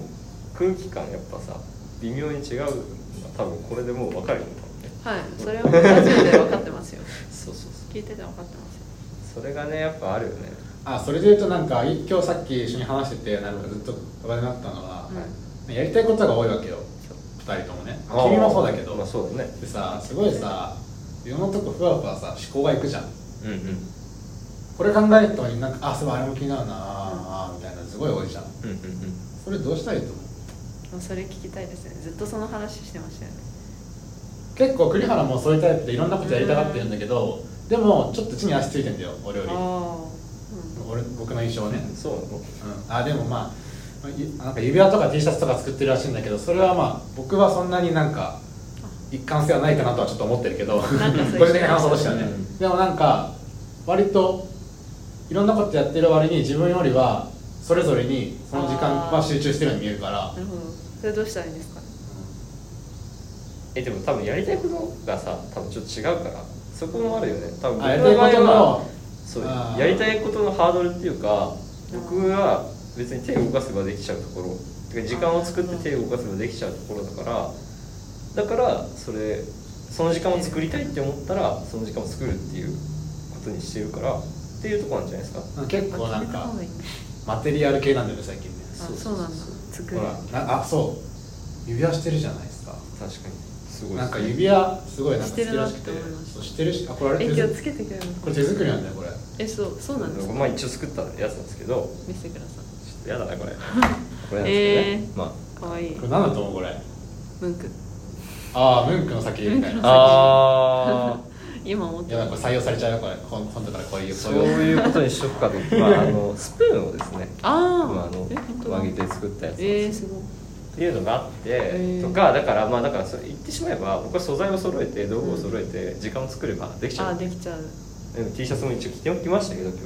Speaker 2: 空気感やっぱさ微妙に違うのが多分これでもう分かるよね多分
Speaker 3: はい
Speaker 2: ね
Speaker 3: それはラジオで分かってますよ
Speaker 2: そうそう
Speaker 3: 聞いてて分かってますよ
Speaker 2: そうそれがねやっぱあるよね
Speaker 1: あそれで言うとなんか今日さっき一緒に話しててなんかずっと話題になったのは、やりたいことが多いわけよ2人ともね君もそうだけど、
Speaker 2: まあそうだね
Speaker 1: でさすごいさいろんなとこふわふわさ思考がいくじゃん
Speaker 2: うんうん
Speaker 1: これ考えるとになんかあそういえばあれも気になるなあーみたいなすごい多いじゃん
Speaker 2: うんうんうん
Speaker 1: これどうしたらいいと思う
Speaker 3: もうそれ聞きたいですねずっとその話してましたよね
Speaker 1: 結構栗原もそういうタイプでいろんなことやりたがってるんだけど、でもちょっと地に足ついてんだよ俺より
Speaker 3: あ
Speaker 1: 俺僕の印象はね、
Speaker 2: そうなの
Speaker 1: うん、あでもまあいなんか指輪とか T シャツとか作ってるらしいんだけどそれはまあ僕はそんなになんか一貫性はないかなとはちょっと思ってるけど個
Speaker 3: なんかそ ういう
Speaker 1: 人的な感想としてはね、
Speaker 2: うん
Speaker 1: でもなんか割といろんなことやってる割に自分よりはそれぞれにその時間は集中してるように見えるから、
Speaker 3: あなるほどそれどうしたらいいんですかね
Speaker 2: えでも多分やりたいことがさ多分ちょっと違うからそこもあるよね多分
Speaker 1: うん
Speaker 2: 僕
Speaker 1: あやりた
Speaker 2: の
Speaker 1: い
Speaker 2: 場合
Speaker 1: こと
Speaker 2: は
Speaker 1: の
Speaker 2: そう
Speaker 1: あー
Speaker 2: やりたいことのハードルっていうか僕は別に手を動かせばできちゃうところてか時間を作って手を動かせばできちゃうところだからだからそれその時間を作りたいって思ったらその時間を作るっていうことにしてるからっていうところなんじゃないですか
Speaker 1: うん結構なん
Speaker 3: あ決めた
Speaker 1: か
Speaker 3: 方がいいんだ
Speaker 1: マテリアル系なんだよね最近ね
Speaker 3: あ
Speaker 2: そう
Speaker 3: そうなんだ作る
Speaker 1: ほらなあそう指輪してるじゃないですか
Speaker 2: 確かにすごい
Speaker 1: なんか
Speaker 2: ですね
Speaker 1: 指輪すごいなんか好きらしく
Speaker 3: して
Speaker 1: て
Speaker 3: るなって思いました
Speaker 1: そうしてるしあこれあれ
Speaker 3: え
Speaker 1: 手
Speaker 3: 今
Speaker 1: 作
Speaker 3: 日つけてくれるの
Speaker 1: これ手作りなんだよこれ
Speaker 3: えそうそうなんですか
Speaker 2: まあ一応作ったやつなんですけど
Speaker 3: 見せてくださ
Speaker 2: ちょっとやだな これこれなんですけどね、
Speaker 3: え
Speaker 2: まあ
Speaker 3: いかわいい
Speaker 1: これ何だと思うこれ
Speaker 3: ムンク
Speaker 1: ああムンクの先みたい
Speaker 3: ムンクの
Speaker 1: な
Speaker 2: あ
Speaker 3: 今思っ
Speaker 1: い
Speaker 3: て
Speaker 1: やな
Speaker 3: る
Speaker 1: んか採用されちゃうよこれ本本だからこうい
Speaker 2: ー
Speaker 1: う
Speaker 2: そう
Speaker 1: こういう
Speaker 2: いうことにしとくかと、まあ、あのスプーンをですねまあ
Speaker 3: あ
Speaker 2: あ
Speaker 3: ー
Speaker 2: の
Speaker 3: え本当だ
Speaker 2: 曲げて作ったやつな
Speaker 3: え
Speaker 2: んで
Speaker 3: ー、
Speaker 2: すよ
Speaker 3: すごい
Speaker 2: っていうのがあって
Speaker 3: えー
Speaker 2: とかだからまあだからそれ言ってしまえば僕は素材を揃えて道具を揃えて時間を作ればできちゃ
Speaker 3: あ
Speaker 2: う
Speaker 3: ーできちゃう
Speaker 2: でも T シャツも一応着ておきましたけど今日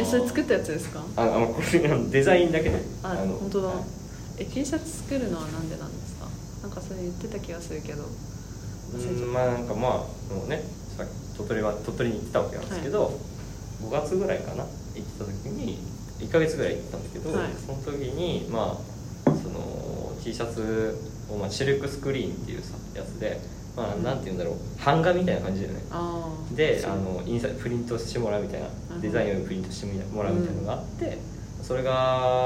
Speaker 3: えそれ作ったやつですか
Speaker 2: あのあのこれあのデザインだけで
Speaker 3: あ
Speaker 2: の
Speaker 3: 本当だ
Speaker 2: はい
Speaker 3: え T シャツ作るのはなんでなんですかなんかそれ言ってた気がするけど忘れち
Speaker 2: う
Speaker 3: ゃ
Speaker 2: ん
Speaker 3: っ
Speaker 2: まあなんかまあもうねさっき鳥取は鳥取に行ってたわけなんですけど、5月ぐらいかな行ってた時に1ヶ月ぐらい行ったんだけど、
Speaker 3: はい
Speaker 2: その時にまあその T シャツを、まあ、シルクスクリーンっていうさやつで、まあ、
Speaker 3: うん
Speaker 2: なんて言うんだろう版画みたいな感じだよね
Speaker 3: たああ
Speaker 2: であのインサプリントしてもらうみたいな
Speaker 3: うん
Speaker 2: デザインをプリントしてもらうみたいなのがあって、それが、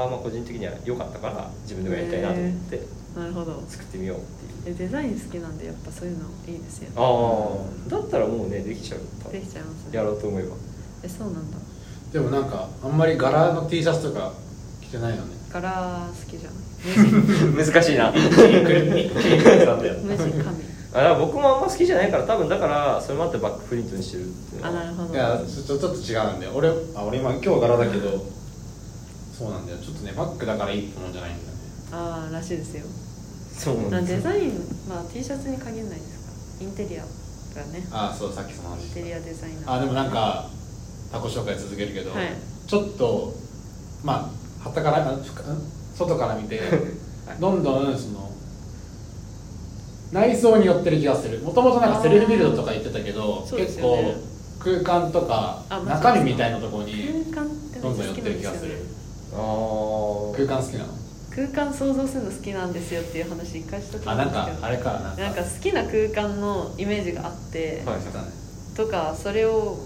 Speaker 2: まあ、個人的には良かったから自分でもやりたいなと思って
Speaker 3: なるほど
Speaker 2: 作ってみようっていう。
Speaker 3: えデザイン好きなんでやっぱそういうのいいですよね
Speaker 2: ああだったらもうねできちゃう多
Speaker 3: で
Speaker 2: 分
Speaker 3: きちゃいます
Speaker 2: や
Speaker 3: ね
Speaker 2: ろうと思え ば
Speaker 3: えそうなんだ
Speaker 1: でもなんかあんまり柄の T シャツとか着てないよね
Speaker 3: 柄好 きじゃない
Speaker 2: 難しいな
Speaker 3: 無地神
Speaker 2: あ僕もあんま好きじゃないから多分だからそれもあってバックプリントにしてるっていうの
Speaker 3: あ
Speaker 2: は
Speaker 3: なるほど
Speaker 1: いやちょちょちょっと違うんで俺あ俺今今日柄だけどそうなんだよちょっとねバッグだからいいってもんじゃないんだよね
Speaker 3: ああらしいですよ
Speaker 2: そう
Speaker 3: な
Speaker 2: なん
Speaker 3: ん
Speaker 2: で
Speaker 3: デ
Speaker 2: すよ
Speaker 3: ザインまあ T シャツに限らないですかインテリアがね
Speaker 1: ああそうさっきその
Speaker 3: イン
Speaker 1: 話
Speaker 3: テリアデザイナー
Speaker 1: あでもなんか他己紹介続けるけど、
Speaker 3: はい
Speaker 1: ちょっとまあはからあふかん外から見てどんどんその内装に寄ってる気がするもともとなんかセルフビルドとか言ってたけど、
Speaker 3: あーそうです
Speaker 1: 結
Speaker 3: よ
Speaker 1: 構
Speaker 3: ね
Speaker 1: 空間とか
Speaker 3: あまあ
Speaker 1: 中身みたいなところに
Speaker 3: 空間って
Speaker 1: どんどん寄
Speaker 3: 私好
Speaker 1: っ
Speaker 3: き
Speaker 1: て
Speaker 3: な
Speaker 1: る
Speaker 3: ん
Speaker 1: 気
Speaker 3: で
Speaker 1: が
Speaker 3: す
Speaker 1: す
Speaker 3: よ
Speaker 1: る
Speaker 3: ね
Speaker 2: あー
Speaker 1: 空間好きなの
Speaker 3: 空間想像するの好きなんですよっていう話一回したと
Speaker 1: あ
Speaker 3: 思
Speaker 1: な
Speaker 3: うん
Speaker 1: ん
Speaker 3: で
Speaker 1: か
Speaker 3: すけど
Speaker 1: あれかなんか
Speaker 3: なんか好きな空間のイメージがあって、
Speaker 2: はい
Speaker 1: そうだね
Speaker 3: とかそれを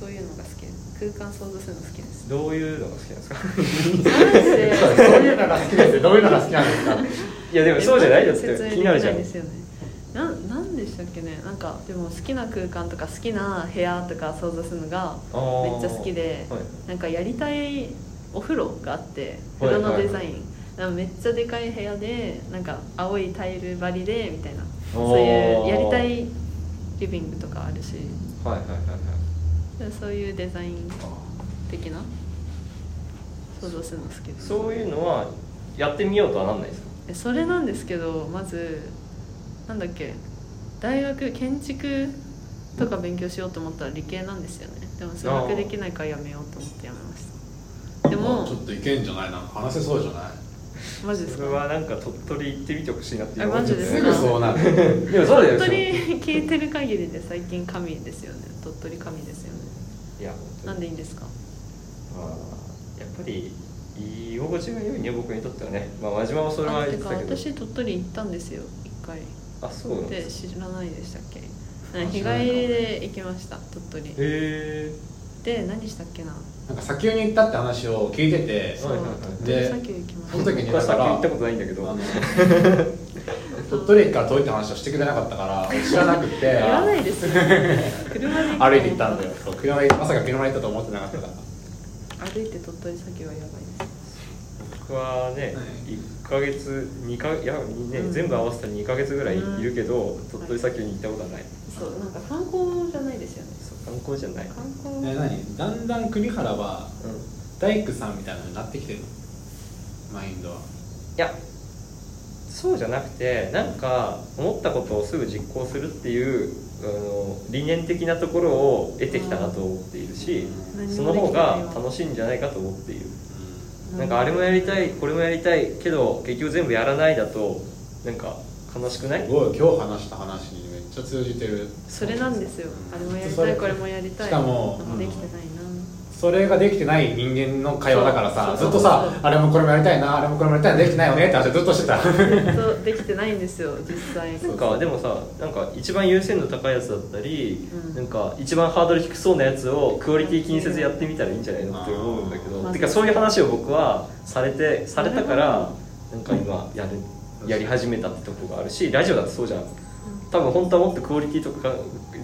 Speaker 3: そういうのが好きです空間想像するの好き です
Speaker 2: どういうのが好きなんですか
Speaker 3: なんで
Speaker 1: そうそういうのが好きですどういうのが好きなんですかって
Speaker 2: いやでもそうじゃないだって
Speaker 3: 説明で
Speaker 2: 気
Speaker 3: き
Speaker 2: になるじゃん
Speaker 3: いですよねなんなんでしたっけねなんかでも好きな空間とか好きな部屋とか想像するのが
Speaker 2: あー
Speaker 3: めっちゃ好きで
Speaker 2: はい
Speaker 3: なんかやりたいお風呂があって
Speaker 2: はい
Speaker 3: 風呂の
Speaker 2: はい
Speaker 3: デザイン、なんかめっちゃでかい部屋でなんか青いタイル張りでみたいな
Speaker 2: おー
Speaker 3: そういうやりたいリビングとかあるし
Speaker 2: はいはいはいはい
Speaker 3: そういうデザイン的な想像するの好きです
Speaker 2: そういうのはやってみようとはなんないですか
Speaker 3: えそれなんですけどまずなんだっけ大学建築とか勉強しようと思ったら理系なんですよねでも数学できないからやめようと思ってやめましたでも
Speaker 1: あちょっといけんじゃないなんか話せそうじゃない
Speaker 3: マジです
Speaker 2: そ
Speaker 3: か
Speaker 2: れはなんか鳥取行ってみてほしいなっていう
Speaker 3: あマジです
Speaker 1: す
Speaker 3: か
Speaker 1: ぐそうなる
Speaker 2: でもそうだよ
Speaker 3: 鳥取聞いてる限りで最近神ですよね鳥取神ですよね
Speaker 2: いや本当に
Speaker 3: なんでいいんですか
Speaker 2: まあ、やっぱり居心地が良いね僕にとってはね、まあ、輪島もそれは
Speaker 3: あ
Speaker 2: 言ってて
Speaker 3: か
Speaker 2: たけど
Speaker 3: 私鳥取行ったんですよ一回
Speaker 2: あそうなん
Speaker 3: で
Speaker 2: です
Speaker 3: 知らないでしたっけ
Speaker 1: あ
Speaker 3: 日
Speaker 1: 知
Speaker 3: 帰
Speaker 1: らない
Speaker 3: りで行きました鳥取
Speaker 2: へえ
Speaker 3: で何したっけな
Speaker 1: なんか砂丘に行ったって話を聞いてて
Speaker 3: そう
Speaker 2: はいはいはい
Speaker 1: で
Speaker 3: さっき行きま
Speaker 1: その
Speaker 3: し
Speaker 1: 時
Speaker 2: ー、
Speaker 1: に
Speaker 2: 僕は
Speaker 1: だ
Speaker 2: さ
Speaker 1: か
Speaker 2: っき
Speaker 1: ら
Speaker 2: 行ったことないんだけど
Speaker 1: あ
Speaker 2: あ
Speaker 1: の鳥取駅から遠いって話をしてくれなかったから知らなくて
Speaker 3: た言わないですよ車で行くと 思
Speaker 1: 歩いて行ったんだよそう車でまさか車で行ったと思ってなかったから
Speaker 3: 歩いて鳥取先はやばいです
Speaker 2: 僕はね、
Speaker 1: はい
Speaker 2: 1か月2かいや、ね
Speaker 3: うん
Speaker 2: 全部合わせたら2か月ぐらい
Speaker 3: うん
Speaker 2: いるけど、鳥取砂丘に行ったことはない、
Speaker 3: そうなんか観光じゃないですよね
Speaker 2: そう観光じゃない、うん、
Speaker 3: 観
Speaker 1: え
Speaker 3: 光
Speaker 1: 何だんだん栗原は大工さんみたいなのになってきてるのマインドはい
Speaker 2: やそうじゃなくてなんか思ったことをすぐ実行するっていうあの理念的なところを得てきたなと思っているし、
Speaker 1: う
Speaker 3: 何
Speaker 2: そ
Speaker 3: も
Speaker 2: の
Speaker 3: でき
Speaker 2: 方
Speaker 3: てない
Speaker 2: が
Speaker 3: わ
Speaker 2: 楽しいんじゃないかと思っている
Speaker 1: ん
Speaker 2: なんかあれもやりたいこれもやりたいけど結局全部やらないだとなんか悲しくない
Speaker 1: すごい今日話した話にめっちゃ通じてる
Speaker 3: それなんですよあれもやり
Speaker 1: そ
Speaker 3: た
Speaker 1: れ
Speaker 3: いこれもやりたい
Speaker 1: しかも
Speaker 3: なんかできてない
Speaker 1: それができてない人間の会話だからさず
Speaker 3: そう
Speaker 1: っと
Speaker 3: そう
Speaker 1: さ
Speaker 3: そう
Speaker 1: あれもこれもやりたいなあれもこれもやりたいなできてないよねって話ずっとして た
Speaker 3: なそうできてないんですよ実際
Speaker 2: なんかでもさなんか一番優先度高いやつだったり、
Speaker 3: うん
Speaker 2: なんか一番ハードル低そうなやつをクオリティ気にせずやってみたらいいんじゃないのって思うんだけ
Speaker 3: ま
Speaker 2: ど
Speaker 3: あ
Speaker 2: てかそういう話を僕はされてされたからなんか今やるやり始めたってとこがあるしラジオだってそうじゃん多分本当はもっとクオリティとか、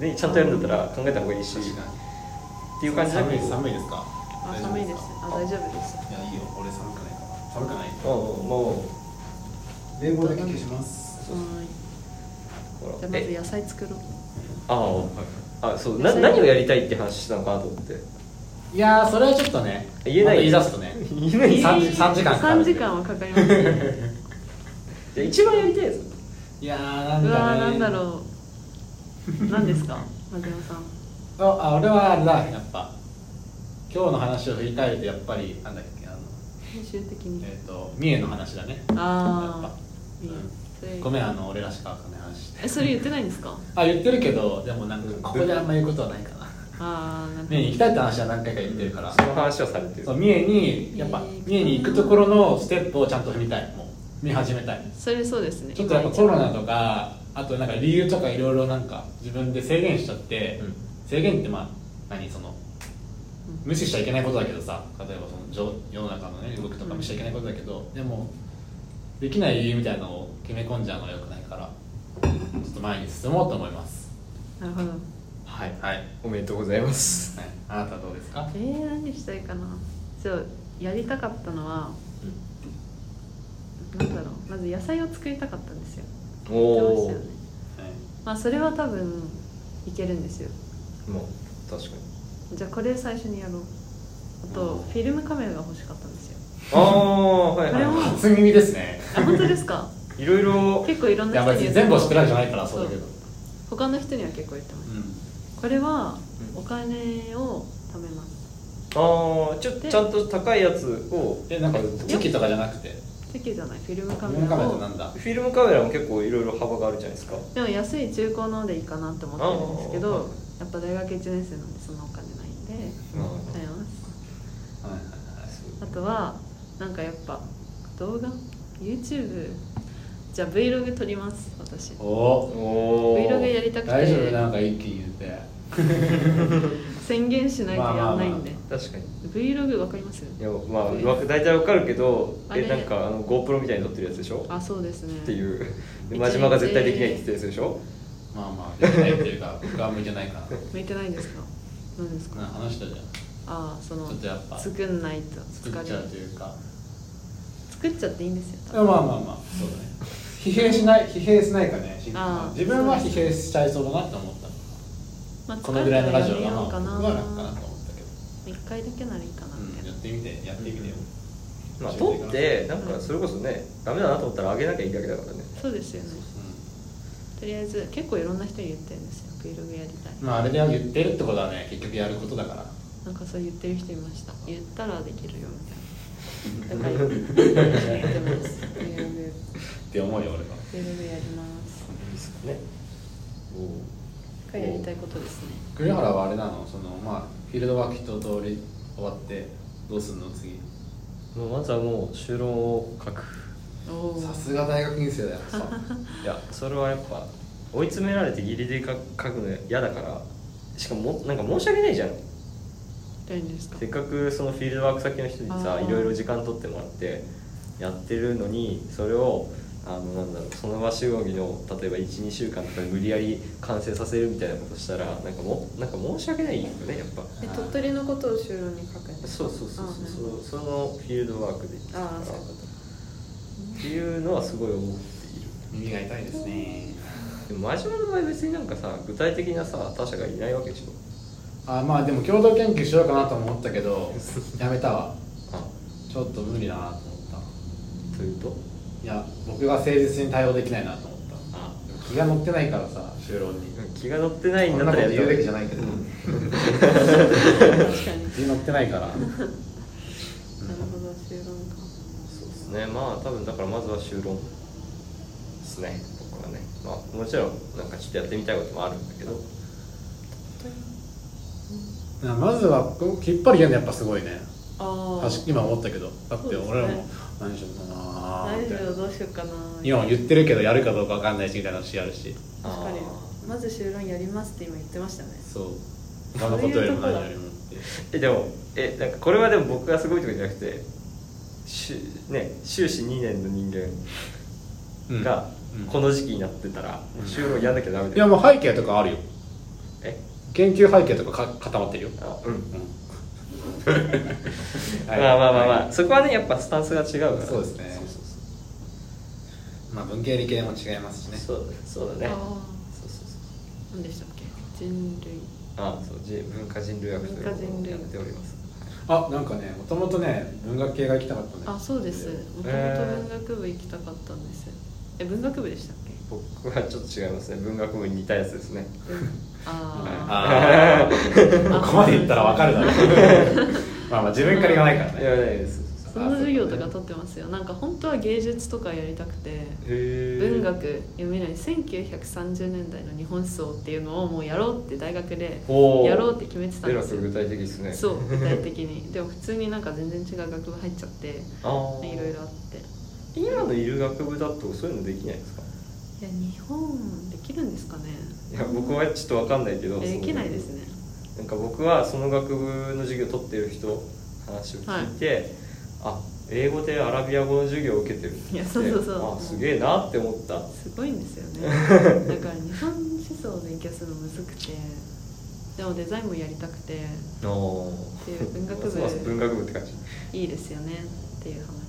Speaker 2: ね、ちゃんとやるんだったら考えた方がいいし、っていう感じだ
Speaker 1: 寒
Speaker 2: け
Speaker 1: い
Speaker 2: ど
Speaker 1: 寒いですか
Speaker 3: あ寒いですあ大丈夫です
Speaker 1: いやいいよ俺寒くないから寒くない
Speaker 2: うんも
Speaker 1: 冷房だけ消します
Speaker 3: は
Speaker 2: うほ
Speaker 3: ーいじゃあ
Speaker 2: ら
Speaker 3: まず野菜作ろう
Speaker 2: ああ、あそうな何をやりたいって話したのかなと思 って
Speaker 1: いやーそれはちょっとね
Speaker 2: 言えない
Speaker 1: また言い出すとね
Speaker 2: 言えない
Speaker 1: 三時三時間かかる
Speaker 3: 3時間はかかりますね
Speaker 2: じゃあ一番やりたいやつ
Speaker 1: いやーなんか
Speaker 3: う
Speaker 1: ね
Speaker 3: わーなんだろう何ですか松山さん
Speaker 1: ああ俺はあれだやっぱ今日の話を振り返るとやっぱりなんだっけあの
Speaker 3: 編集的に
Speaker 1: えっ、と三重の話だね
Speaker 3: ああ
Speaker 1: やっ
Speaker 3: それ
Speaker 1: ぱごめんあの俺らしかわかんない話して
Speaker 3: えそれ言ってないんですか
Speaker 1: あ言ってるけどでもなんかここであんま言うことはないかな
Speaker 3: ああなるほど
Speaker 1: 三重に行きたいって話は何回か言ってるから
Speaker 2: その話はされてる
Speaker 1: そう三重にやっぱ三重に行くところのステップをちゃんと踏みたいもう見始めたい
Speaker 3: それそうですね
Speaker 1: ちょっとやっぱコロナとかあとなんか理由とかいろいろなんか自分で制限しちゃって、
Speaker 2: うん
Speaker 1: 制限ってまあ何その無視しちゃいけないことだけどさ例えばその世世の中のね動きとか無視しちゃいけないことだけど、でもできない理由みたいなのを決め込んじゃうのはよくないからちょっと前に進もうと思います
Speaker 3: なるほど
Speaker 2: はい
Speaker 1: はい、はい、
Speaker 2: おめでとうございます
Speaker 1: あなたはどうですか
Speaker 3: えー、何したいかなそうやりたかったのはなんだろうまず野菜を作りたかったんですよ
Speaker 2: お
Speaker 3: 言ってまし
Speaker 2: お
Speaker 3: たよねまあそれは多分いけるんですよ
Speaker 2: まあ確かに
Speaker 3: じゃあこれ最初にやろうあと
Speaker 1: うん
Speaker 3: フィルムカメラが欲しかったんですよ
Speaker 2: あ あはい
Speaker 3: これも
Speaker 2: は
Speaker 1: 初耳ですね
Speaker 3: あ本当です か
Speaker 2: いいろいろ
Speaker 3: 結構いろん
Speaker 1: いや
Speaker 3: な人
Speaker 1: 別に
Speaker 3: に言って
Speaker 1: 全部を知ってるわ
Speaker 3: ら
Speaker 1: けじゃないからそうだけど
Speaker 3: 他の人には結構言ってますこれはお金を貯めます
Speaker 2: ああちょっと
Speaker 3: で
Speaker 2: ちゃんと高いやつを
Speaker 1: えなんか時期とかじゃなくて
Speaker 3: 席じゃないフィルムカ
Speaker 1: カ
Speaker 3: メ
Speaker 1: メラカメ
Speaker 3: ラ
Speaker 1: ラっ
Speaker 3: を
Speaker 1: てなんだ
Speaker 2: フィルムカメラも結構いろいろ幅があるじゃないですか
Speaker 3: でも安い中古のでいいかなって思ってるんですけ
Speaker 2: あーは
Speaker 3: どやっぱ大学1年生なんでそんなお金ないんで
Speaker 1: うん
Speaker 2: はい
Speaker 3: 買います
Speaker 1: はいはいはい
Speaker 3: あとはなんかやっぱ動画 YouTube じゃあ Vlog 撮ります私
Speaker 1: お
Speaker 2: おお
Speaker 3: Vlog やりたく
Speaker 1: 大丈夫
Speaker 3: て
Speaker 1: なんか一気に言って
Speaker 3: 宣言しないとやらないんで
Speaker 1: ま
Speaker 2: 確かに
Speaker 3: Vlog わかります
Speaker 2: いやまあわか大体わかるけど
Speaker 3: あ
Speaker 2: え
Speaker 3: れ
Speaker 2: なんかあの GoPro みたいに撮ってるやつでしょ
Speaker 3: あそうですね
Speaker 2: っていうで
Speaker 3: 一日
Speaker 2: 真島が絶対できないって言ってるやつでしょ
Speaker 1: まあまあできないっていうか 僕は向いてないか
Speaker 3: 向いてないんですか何です
Speaker 1: な
Speaker 3: か
Speaker 1: な話したじゃん
Speaker 3: ああその
Speaker 1: ちょっとやっぱ
Speaker 3: 作んないと
Speaker 1: 作
Speaker 3: 疲
Speaker 1: っ
Speaker 3: れ
Speaker 1: ちゃ
Speaker 3: る
Speaker 1: うというか
Speaker 3: 作っちゃっていいんですよ多
Speaker 1: まあ
Speaker 3: 分
Speaker 1: まあまあそうだね疲弊しない疲弊しないかね
Speaker 3: あー
Speaker 1: 自分は疲弊しちゃいそうだなって思った
Speaker 3: まあ
Speaker 1: このぐらいのラジオ
Speaker 3: 疲れ
Speaker 1: が
Speaker 3: たらやめようか
Speaker 1: まあ
Speaker 3: な
Speaker 1: 僕は楽かなと思ったけど、
Speaker 3: 一回だけならいいかなみた
Speaker 1: うん、
Speaker 3: いな
Speaker 1: やってみてやってみてよ、
Speaker 2: まあ撮ってなんかそれこそねダメだなと思ったら上げなきゃいいだけだからね
Speaker 3: そうですよねとりあえず結構いろんな人に言ってるんですよ Vlog やりたい
Speaker 1: うんまああれで言ってるってことはね結局やることだから
Speaker 3: なんかそう言ってる人いました言ったらできるよみたいなだから言ってます Vlog
Speaker 1: って思うよ俺は
Speaker 3: Vlog やります
Speaker 2: いいですかねおお
Speaker 3: がやりたいことですね
Speaker 1: 栗原はあれなのそのまあフィールドワーク一通り終わってどうすんの次
Speaker 2: もうまずはもう就論を書く
Speaker 3: おお
Speaker 1: さすが大学院生だよ
Speaker 2: いやそれはやっぱ追い詰められてギリギリ書書くの嫌だからしかももなんか申し訳ないじゃん
Speaker 3: 大丈夫ですか
Speaker 2: せっかくそのフィールドワーク先の人に
Speaker 3: あ
Speaker 2: さ
Speaker 3: ー
Speaker 2: いろいろ時間取ってもらってやってるのにそれをあのなんだろうその場しのぎの例えば12週間とかで無理やり完成させるみたいなことしたらなんかもうなんか申し訳ないよねやっぱ
Speaker 1: え
Speaker 3: え鳥取のことを就労に書くんです
Speaker 2: そうそうそう
Speaker 3: あなる
Speaker 2: そ
Speaker 3: ほど
Speaker 2: うそのフィールドワークで行ってたから
Speaker 3: あーそういうこ
Speaker 2: っていうのはすごい思っている
Speaker 1: 耳が痛いですね
Speaker 2: でも真島の場合別になんかさ具体的なさ他者がいないわけでしょ
Speaker 1: あまあでも共同研究しようかなと思ったけどやめたわ
Speaker 2: あ
Speaker 1: ちょっと無理だなと思った
Speaker 2: というと
Speaker 1: いや僕が誠実に対応できないなと思っ
Speaker 2: あ
Speaker 1: た気が乗ってないからさ就労に
Speaker 2: 気が乗ってない
Speaker 1: こ
Speaker 2: ん
Speaker 1: んな
Speaker 2: だっ
Speaker 1: こ
Speaker 2: た
Speaker 1: と
Speaker 2: ら
Speaker 1: 言うべきじゃ
Speaker 2: い
Speaker 1: ないけど
Speaker 3: 確かに
Speaker 1: 気乗ってないからうん
Speaker 3: なるほど就労か
Speaker 2: そうですねまあ多分だからまずは就論ですね僕はねまあもちろんなんかちょっとやってみたいこともあるんだけど
Speaker 1: なまずは引っ張りやるのやっぱすごいね
Speaker 3: ああ
Speaker 1: 確か今思ったけどだって俺ら
Speaker 3: そうで
Speaker 1: も何しようかなー
Speaker 3: 大
Speaker 1: みたい
Speaker 3: 丈夫
Speaker 1: な
Speaker 3: どうしようかな
Speaker 1: 今も言ってるけどやるかどうかわかんないしみたいな話やるし
Speaker 3: 確かにまず就労やりますって今言ってましたね
Speaker 1: そう他のことよりも何よりもって
Speaker 2: えでもえなんかこれはでも僕がすごいとかじゃなくてしゅね修士2年の人
Speaker 1: うん
Speaker 2: 間が
Speaker 1: うん
Speaker 2: この時期になってたら
Speaker 1: うん
Speaker 2: 就論やんなきゃダメ
Speaker 1: い
Speaker 2: だ
Speaker 1: や
Speaker 2: よ、
Speaker 1: もう背景とかあるよ
Speaker 2: え
Speaker 1: 研究背景とかか固まってるよ、
Speaker 2: あうん
Speaker 1: うん、
Speaker 2: まあまあまあまあ、
Speaker 1: はい
Speaker 2: そこはねやっぱスタンスが違うから
Speaker 1: そうですね
Speaker 2: そうそう
Speaker 1: まあ文系理系も違いますしね
Speaker 2: そうそうだねそうだね
Speaker 3: あ
Speaker 2: そうそうそう
Speaker 3: あ何でしたっけ人類
Speaker 2: あそうじ文化人類学というのを
Speaker 3: 文化人類
Speaker 2: やっ
Speaker 3: 学
Speaker 2: ております
Speaker 1: あなんかねもともとね文学系が行きたかったんだよ
Speaker 3: あそうですもともと文学部行きたかったんですえ文学部でしたっけ
Speaker 2: 僕はちょっと違いますね文学部に似たやつですね
Speaker 3: あ
Speaker 1: あー
Speaker 3: あ
Speaker 1: ここまで行ったらわかるだ ろうまあまあ自分から言わないから
Speaker 2: いや
Speaker 1: ね
Speaker 2: いやいやそう
Speaker 3: あ
Speaker 2: そう
Speaker 3: その授業とか取ってますよなんか本当は芸術とかやりたくて
Speaker 2: へー
Speaker 3: 文学読めない1930年代の日本思想っていうのをもうやろうって大学で
Speaker 2: おー
Speaker 3: やろうって決めてたん
Speaker 2: えら
Speaker 3: で
Speaker 2: く
Speaker 3: すよ
Speaker 2: 具体的ですね
Speaker 3: そう具体的にでも普通になんか全然違う学部入っちゃってい
Speaker 2: ああ
Speaker 3: ろいろあって
Speaker 2: 今のいる学部だとそういうのできないですか
Speaker 3: いや日本できるんですかね
Speaker 2: いや僕はちょっとわかんないけど
Speaker 3: えできないです
Speaker 2: ね
Speaker 3: ね
Speaker 2: なんか僕はその学部の授業を取ってる人の話を聞いて、あ英語でアラビア語の授業を受けてるって
Speaker 3: いやそうそうそう
Speaker 2: あすげえなって思った
Speaker 3: すごいんですよねだから日本思想を勉強するのむずくてでもデザインもやりたくて
Speaker 2: お
Speaker 3: っていう文学部
Speaker 2: ますます文学部って感じ
Speaker 3: いいですよねっていう話
Speaker 2: 確か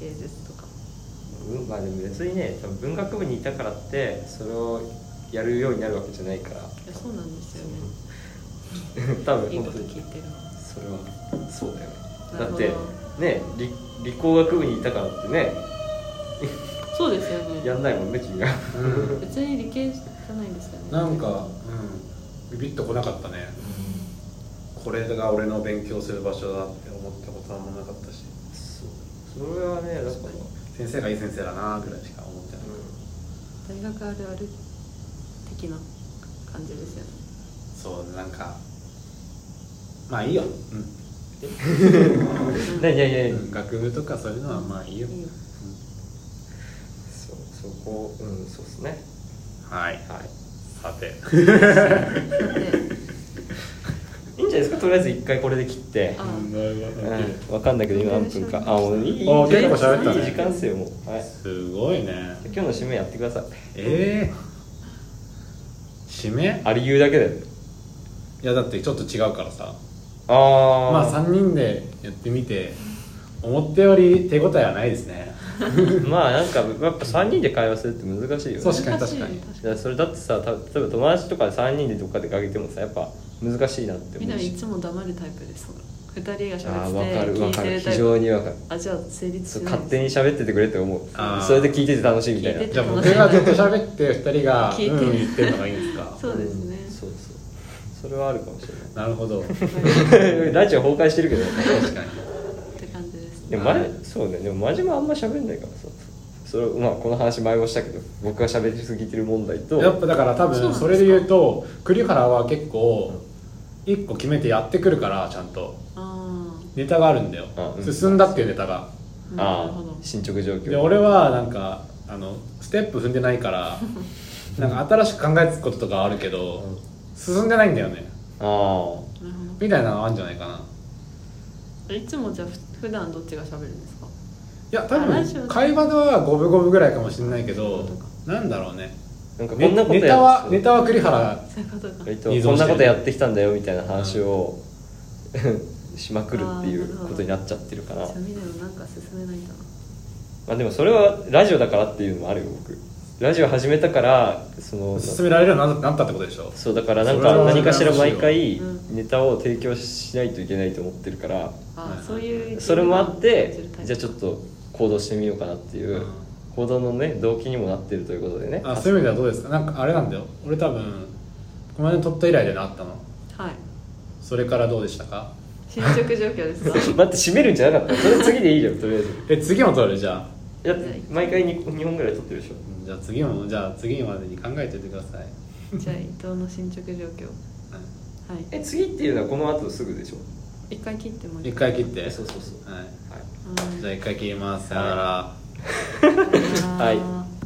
Speaker 3: 芸術とか
Speaker 2: にうんまあでも別にね多分文学部にいたからってそれをやるようになるわけじゃないから
Speaker 3: い やそうなんですよね
Speaker 2: うん多分
Speaker 3: いいこ
Speaker 2: 本
Speaker 3: と
Speaker 2: 当に
Speaker 3: 聞いてる
Speaker 2: それはそうだよね
Speaker 3: なる
Speaker 2: だっ
Speaker 3: ほど
Speaker 2: てね理理工学部にいたからってね
Speaker 3: そうですよね
Speaker 2: やんないもんね君が
Speaker 1: うん
Speaker 3: 別に理系じゃないんですよね
Speaker 1: なんか、うん、ビビッとこなかったねこれが俺の勉強する場所だって思ったことはあんまなかったし
Speaker 2: そうそれはねだから、
Speaker 3: 確かに
Speaker 1: 先生がいい先生だなぐらいしか思ってない、
Speaker 3: 大学あるある的な感じですよね
Speaker 1: そうなんかまあいいよ、
Speaker 2: うんねいやいや
Speaker 1: う
Speaker 2: いや、
Speaker 1: ん、学部とかそういうのはまあいいよ、
Speaker 3: いいよ
Speaker 2: そうそこうんそうですね
Speaker 1: はい
Speaker 2: はい
Speaker 1: さ て
Speaker 2: いいんじゃないですかとりあえず一回これで切って
Speaker 3: あ
Speaker 2: うんわかんないけど今何分かあもういいいい
Speaker 1: あ結構喋ったね
Speaker 2: いい時間っすよもうはい
Speaker 1: すごいね
Speaker 2: 今日の締めやってください
Speaker 1: ええ締め
Speaker 2: ありゆうだけで
Speaker 1: いやだってちょっと違うからさ
Speaker 2: ああ
Speaker 1: まあ3人でやってみて思ったより手応えはないですね
Speaker 2: まあなんかやっぱ3人で会話するって難しいよね
Speaker 1: そう確かに確かに
Speaker 3: 難しい
Speaker 2: いやそれだってさた例えば友達とかで3人でどっか出かけてもさやっぱ難しいなって
Speaker 3: みん
Speaker 2: 思
Speaker 3: な
Speaker 2: う
Speaker 3: い
Speaker 2: し
Speaker 3: つも黙るタイプです二人が
Speaker 2: ああ
Speaker 3: 喋
Speaker 2: 分
Speaker 3: っ
Speaker 2: か
Speaker 3: て
Speaker 2: る
Speaker 3: て
Speaker 2: 分
Speaker 3: 聞い
Speaker 2: か
Speaker 3: て
Speaker 2: る
Speaker 3: るタ
Speaker 2: 非
Speaker 3: イプ
Speaker 2: 常に分かる
Speaker 3: あじゃあ成立
Speaker 2: そ
Speaker 3: し
Speaker 2: う
Speaker 3: ない
Speaker 2: 勝手に喋っててくれって思う
Speaker 1: あー
Speaker 2: それで聞いてて楽しいみたいな
Speaker 3: 聞いて
Speaker 1: じゃあ僕がずっと喋って2人が「
Speaker 3: 聞いて
Speaker 1: う
Speaker 3: る
Speaker 1: ん」言ってるのがいいんですか
Speaker 3: そうですね
Speaker 2: んそうそうそれはあるかもしれ
Speaker 1: なるほど
Speaker 2: ない ラジオ崩壊してるけど
Speaker 1: 確かに
Speaker 3: って感じですね
Speaker 2: でも前そうねでも真島あんま喋んないからさそれまあこの話前もしたけど僕が喋りすぎてる問題と
Speaker 1: やっぱだから多
Speaker 3: そうなん
Speaker 1: 分
Speaker 3: ですか
Speaker 1: それで言うと栗原は結構1個決めてやってくるからちゃんと
Speaker 3: あ
Speaker 1: ネタがあるんだよ
Speaker 2: あうん
Speaker 1: 進んだっていうネタが
Speaker 3: あな
Speaker 2: あ
Speaker 3: るほど
Speaker 2: あ進捗状況
Speaker 1: で俺はなんかあのステップ踏んでないからなんか新しく考えつくこととかあるけ
Speaker 2: う
Speaker 1: ど
Speaker 2: ん
Speaker 1: 進んでないんだよね
Speaker 2: ああ
Speaker 3: なるほ
Speaker 1: みたいなのあるんじゃないかな
Speaker 3: どいつもじゃあふ普段どっちが喋るんですか
Speaker 1: いや多
Speaker 3: あラジオ
Speaker 1: 分
Speaker 3: で
Speaker 1: 会話では五分五分ぐらいかもしれないけど
Speaker 3: そういうこ
Speaker 1: なんだろうね
Speaker 2: なんかこ
Speaker 1: ね
Speaker 2: んなこと
Speaker 1: ネタはネタは栗原
Speaker 3: そういうことか
Speaker 2: 割と
Speaker 1: 依存してる
Speaker 2: こんなことやってきたんだよみたいな 話をしまくるっていうことになっちゃってるから
Speaker 3: じゃあみんなのなんか進めないんだな
Speaker 2: まあでもそれはラジオだからっていうのもあるよ僕ラジオ始めたからその
Speaker 1: 勧められるようにななったってことでしょ
Speaker 2: そうだからなん
Speaker 1: それ
Speaker 2: か
Speaker 1: は
Speaker 2: 何かしら毎回
Speaker 3: うん
Speaker 2: ネタを提供しないといけないと思ってるから
Speaker 3: あ
Speaker 1: うん
Speaker 3: そういう
Speaker 2: それもあってじゃあちょ
Speaker 3: っ
Speaker 2: っと行動してみようかなっていううん行動のね動機にもなってるということでね
Speaker 1: あそういう意味ではどうですかなんかあれなんだよ俺多分この間撮った以来でなったの
Speaker 3: とはい
Speaker 1: それからどうでしたか
Speaker 3: 進捗状況です か
Speaker 2: 待って締めるんじゃなかったそれ次でいいじゃんとりあえず
Speaker 1: え次も撮るじゃあ
Speaker 2: だって毎回に2本ぐらい撮ってるでしょ
Speaker 1: うんじゃあ次もじゃあ次までに考えておいてください、
Speaker 3: じゃあ伊藤の進捗状況は
Speaker 2: え次っていうのはこの後すぐでしょ
Speaker 3: い一回切っても
Speaker 1: うん、一回切って
Speaker 2: えそうそうそう
Speaker 1: はい
Speaker 2: はい
Speaker 1: じゃあ一回切りますさよなら、
Speaker 3: はい
Speaker 2: はい
Speaker 3: あー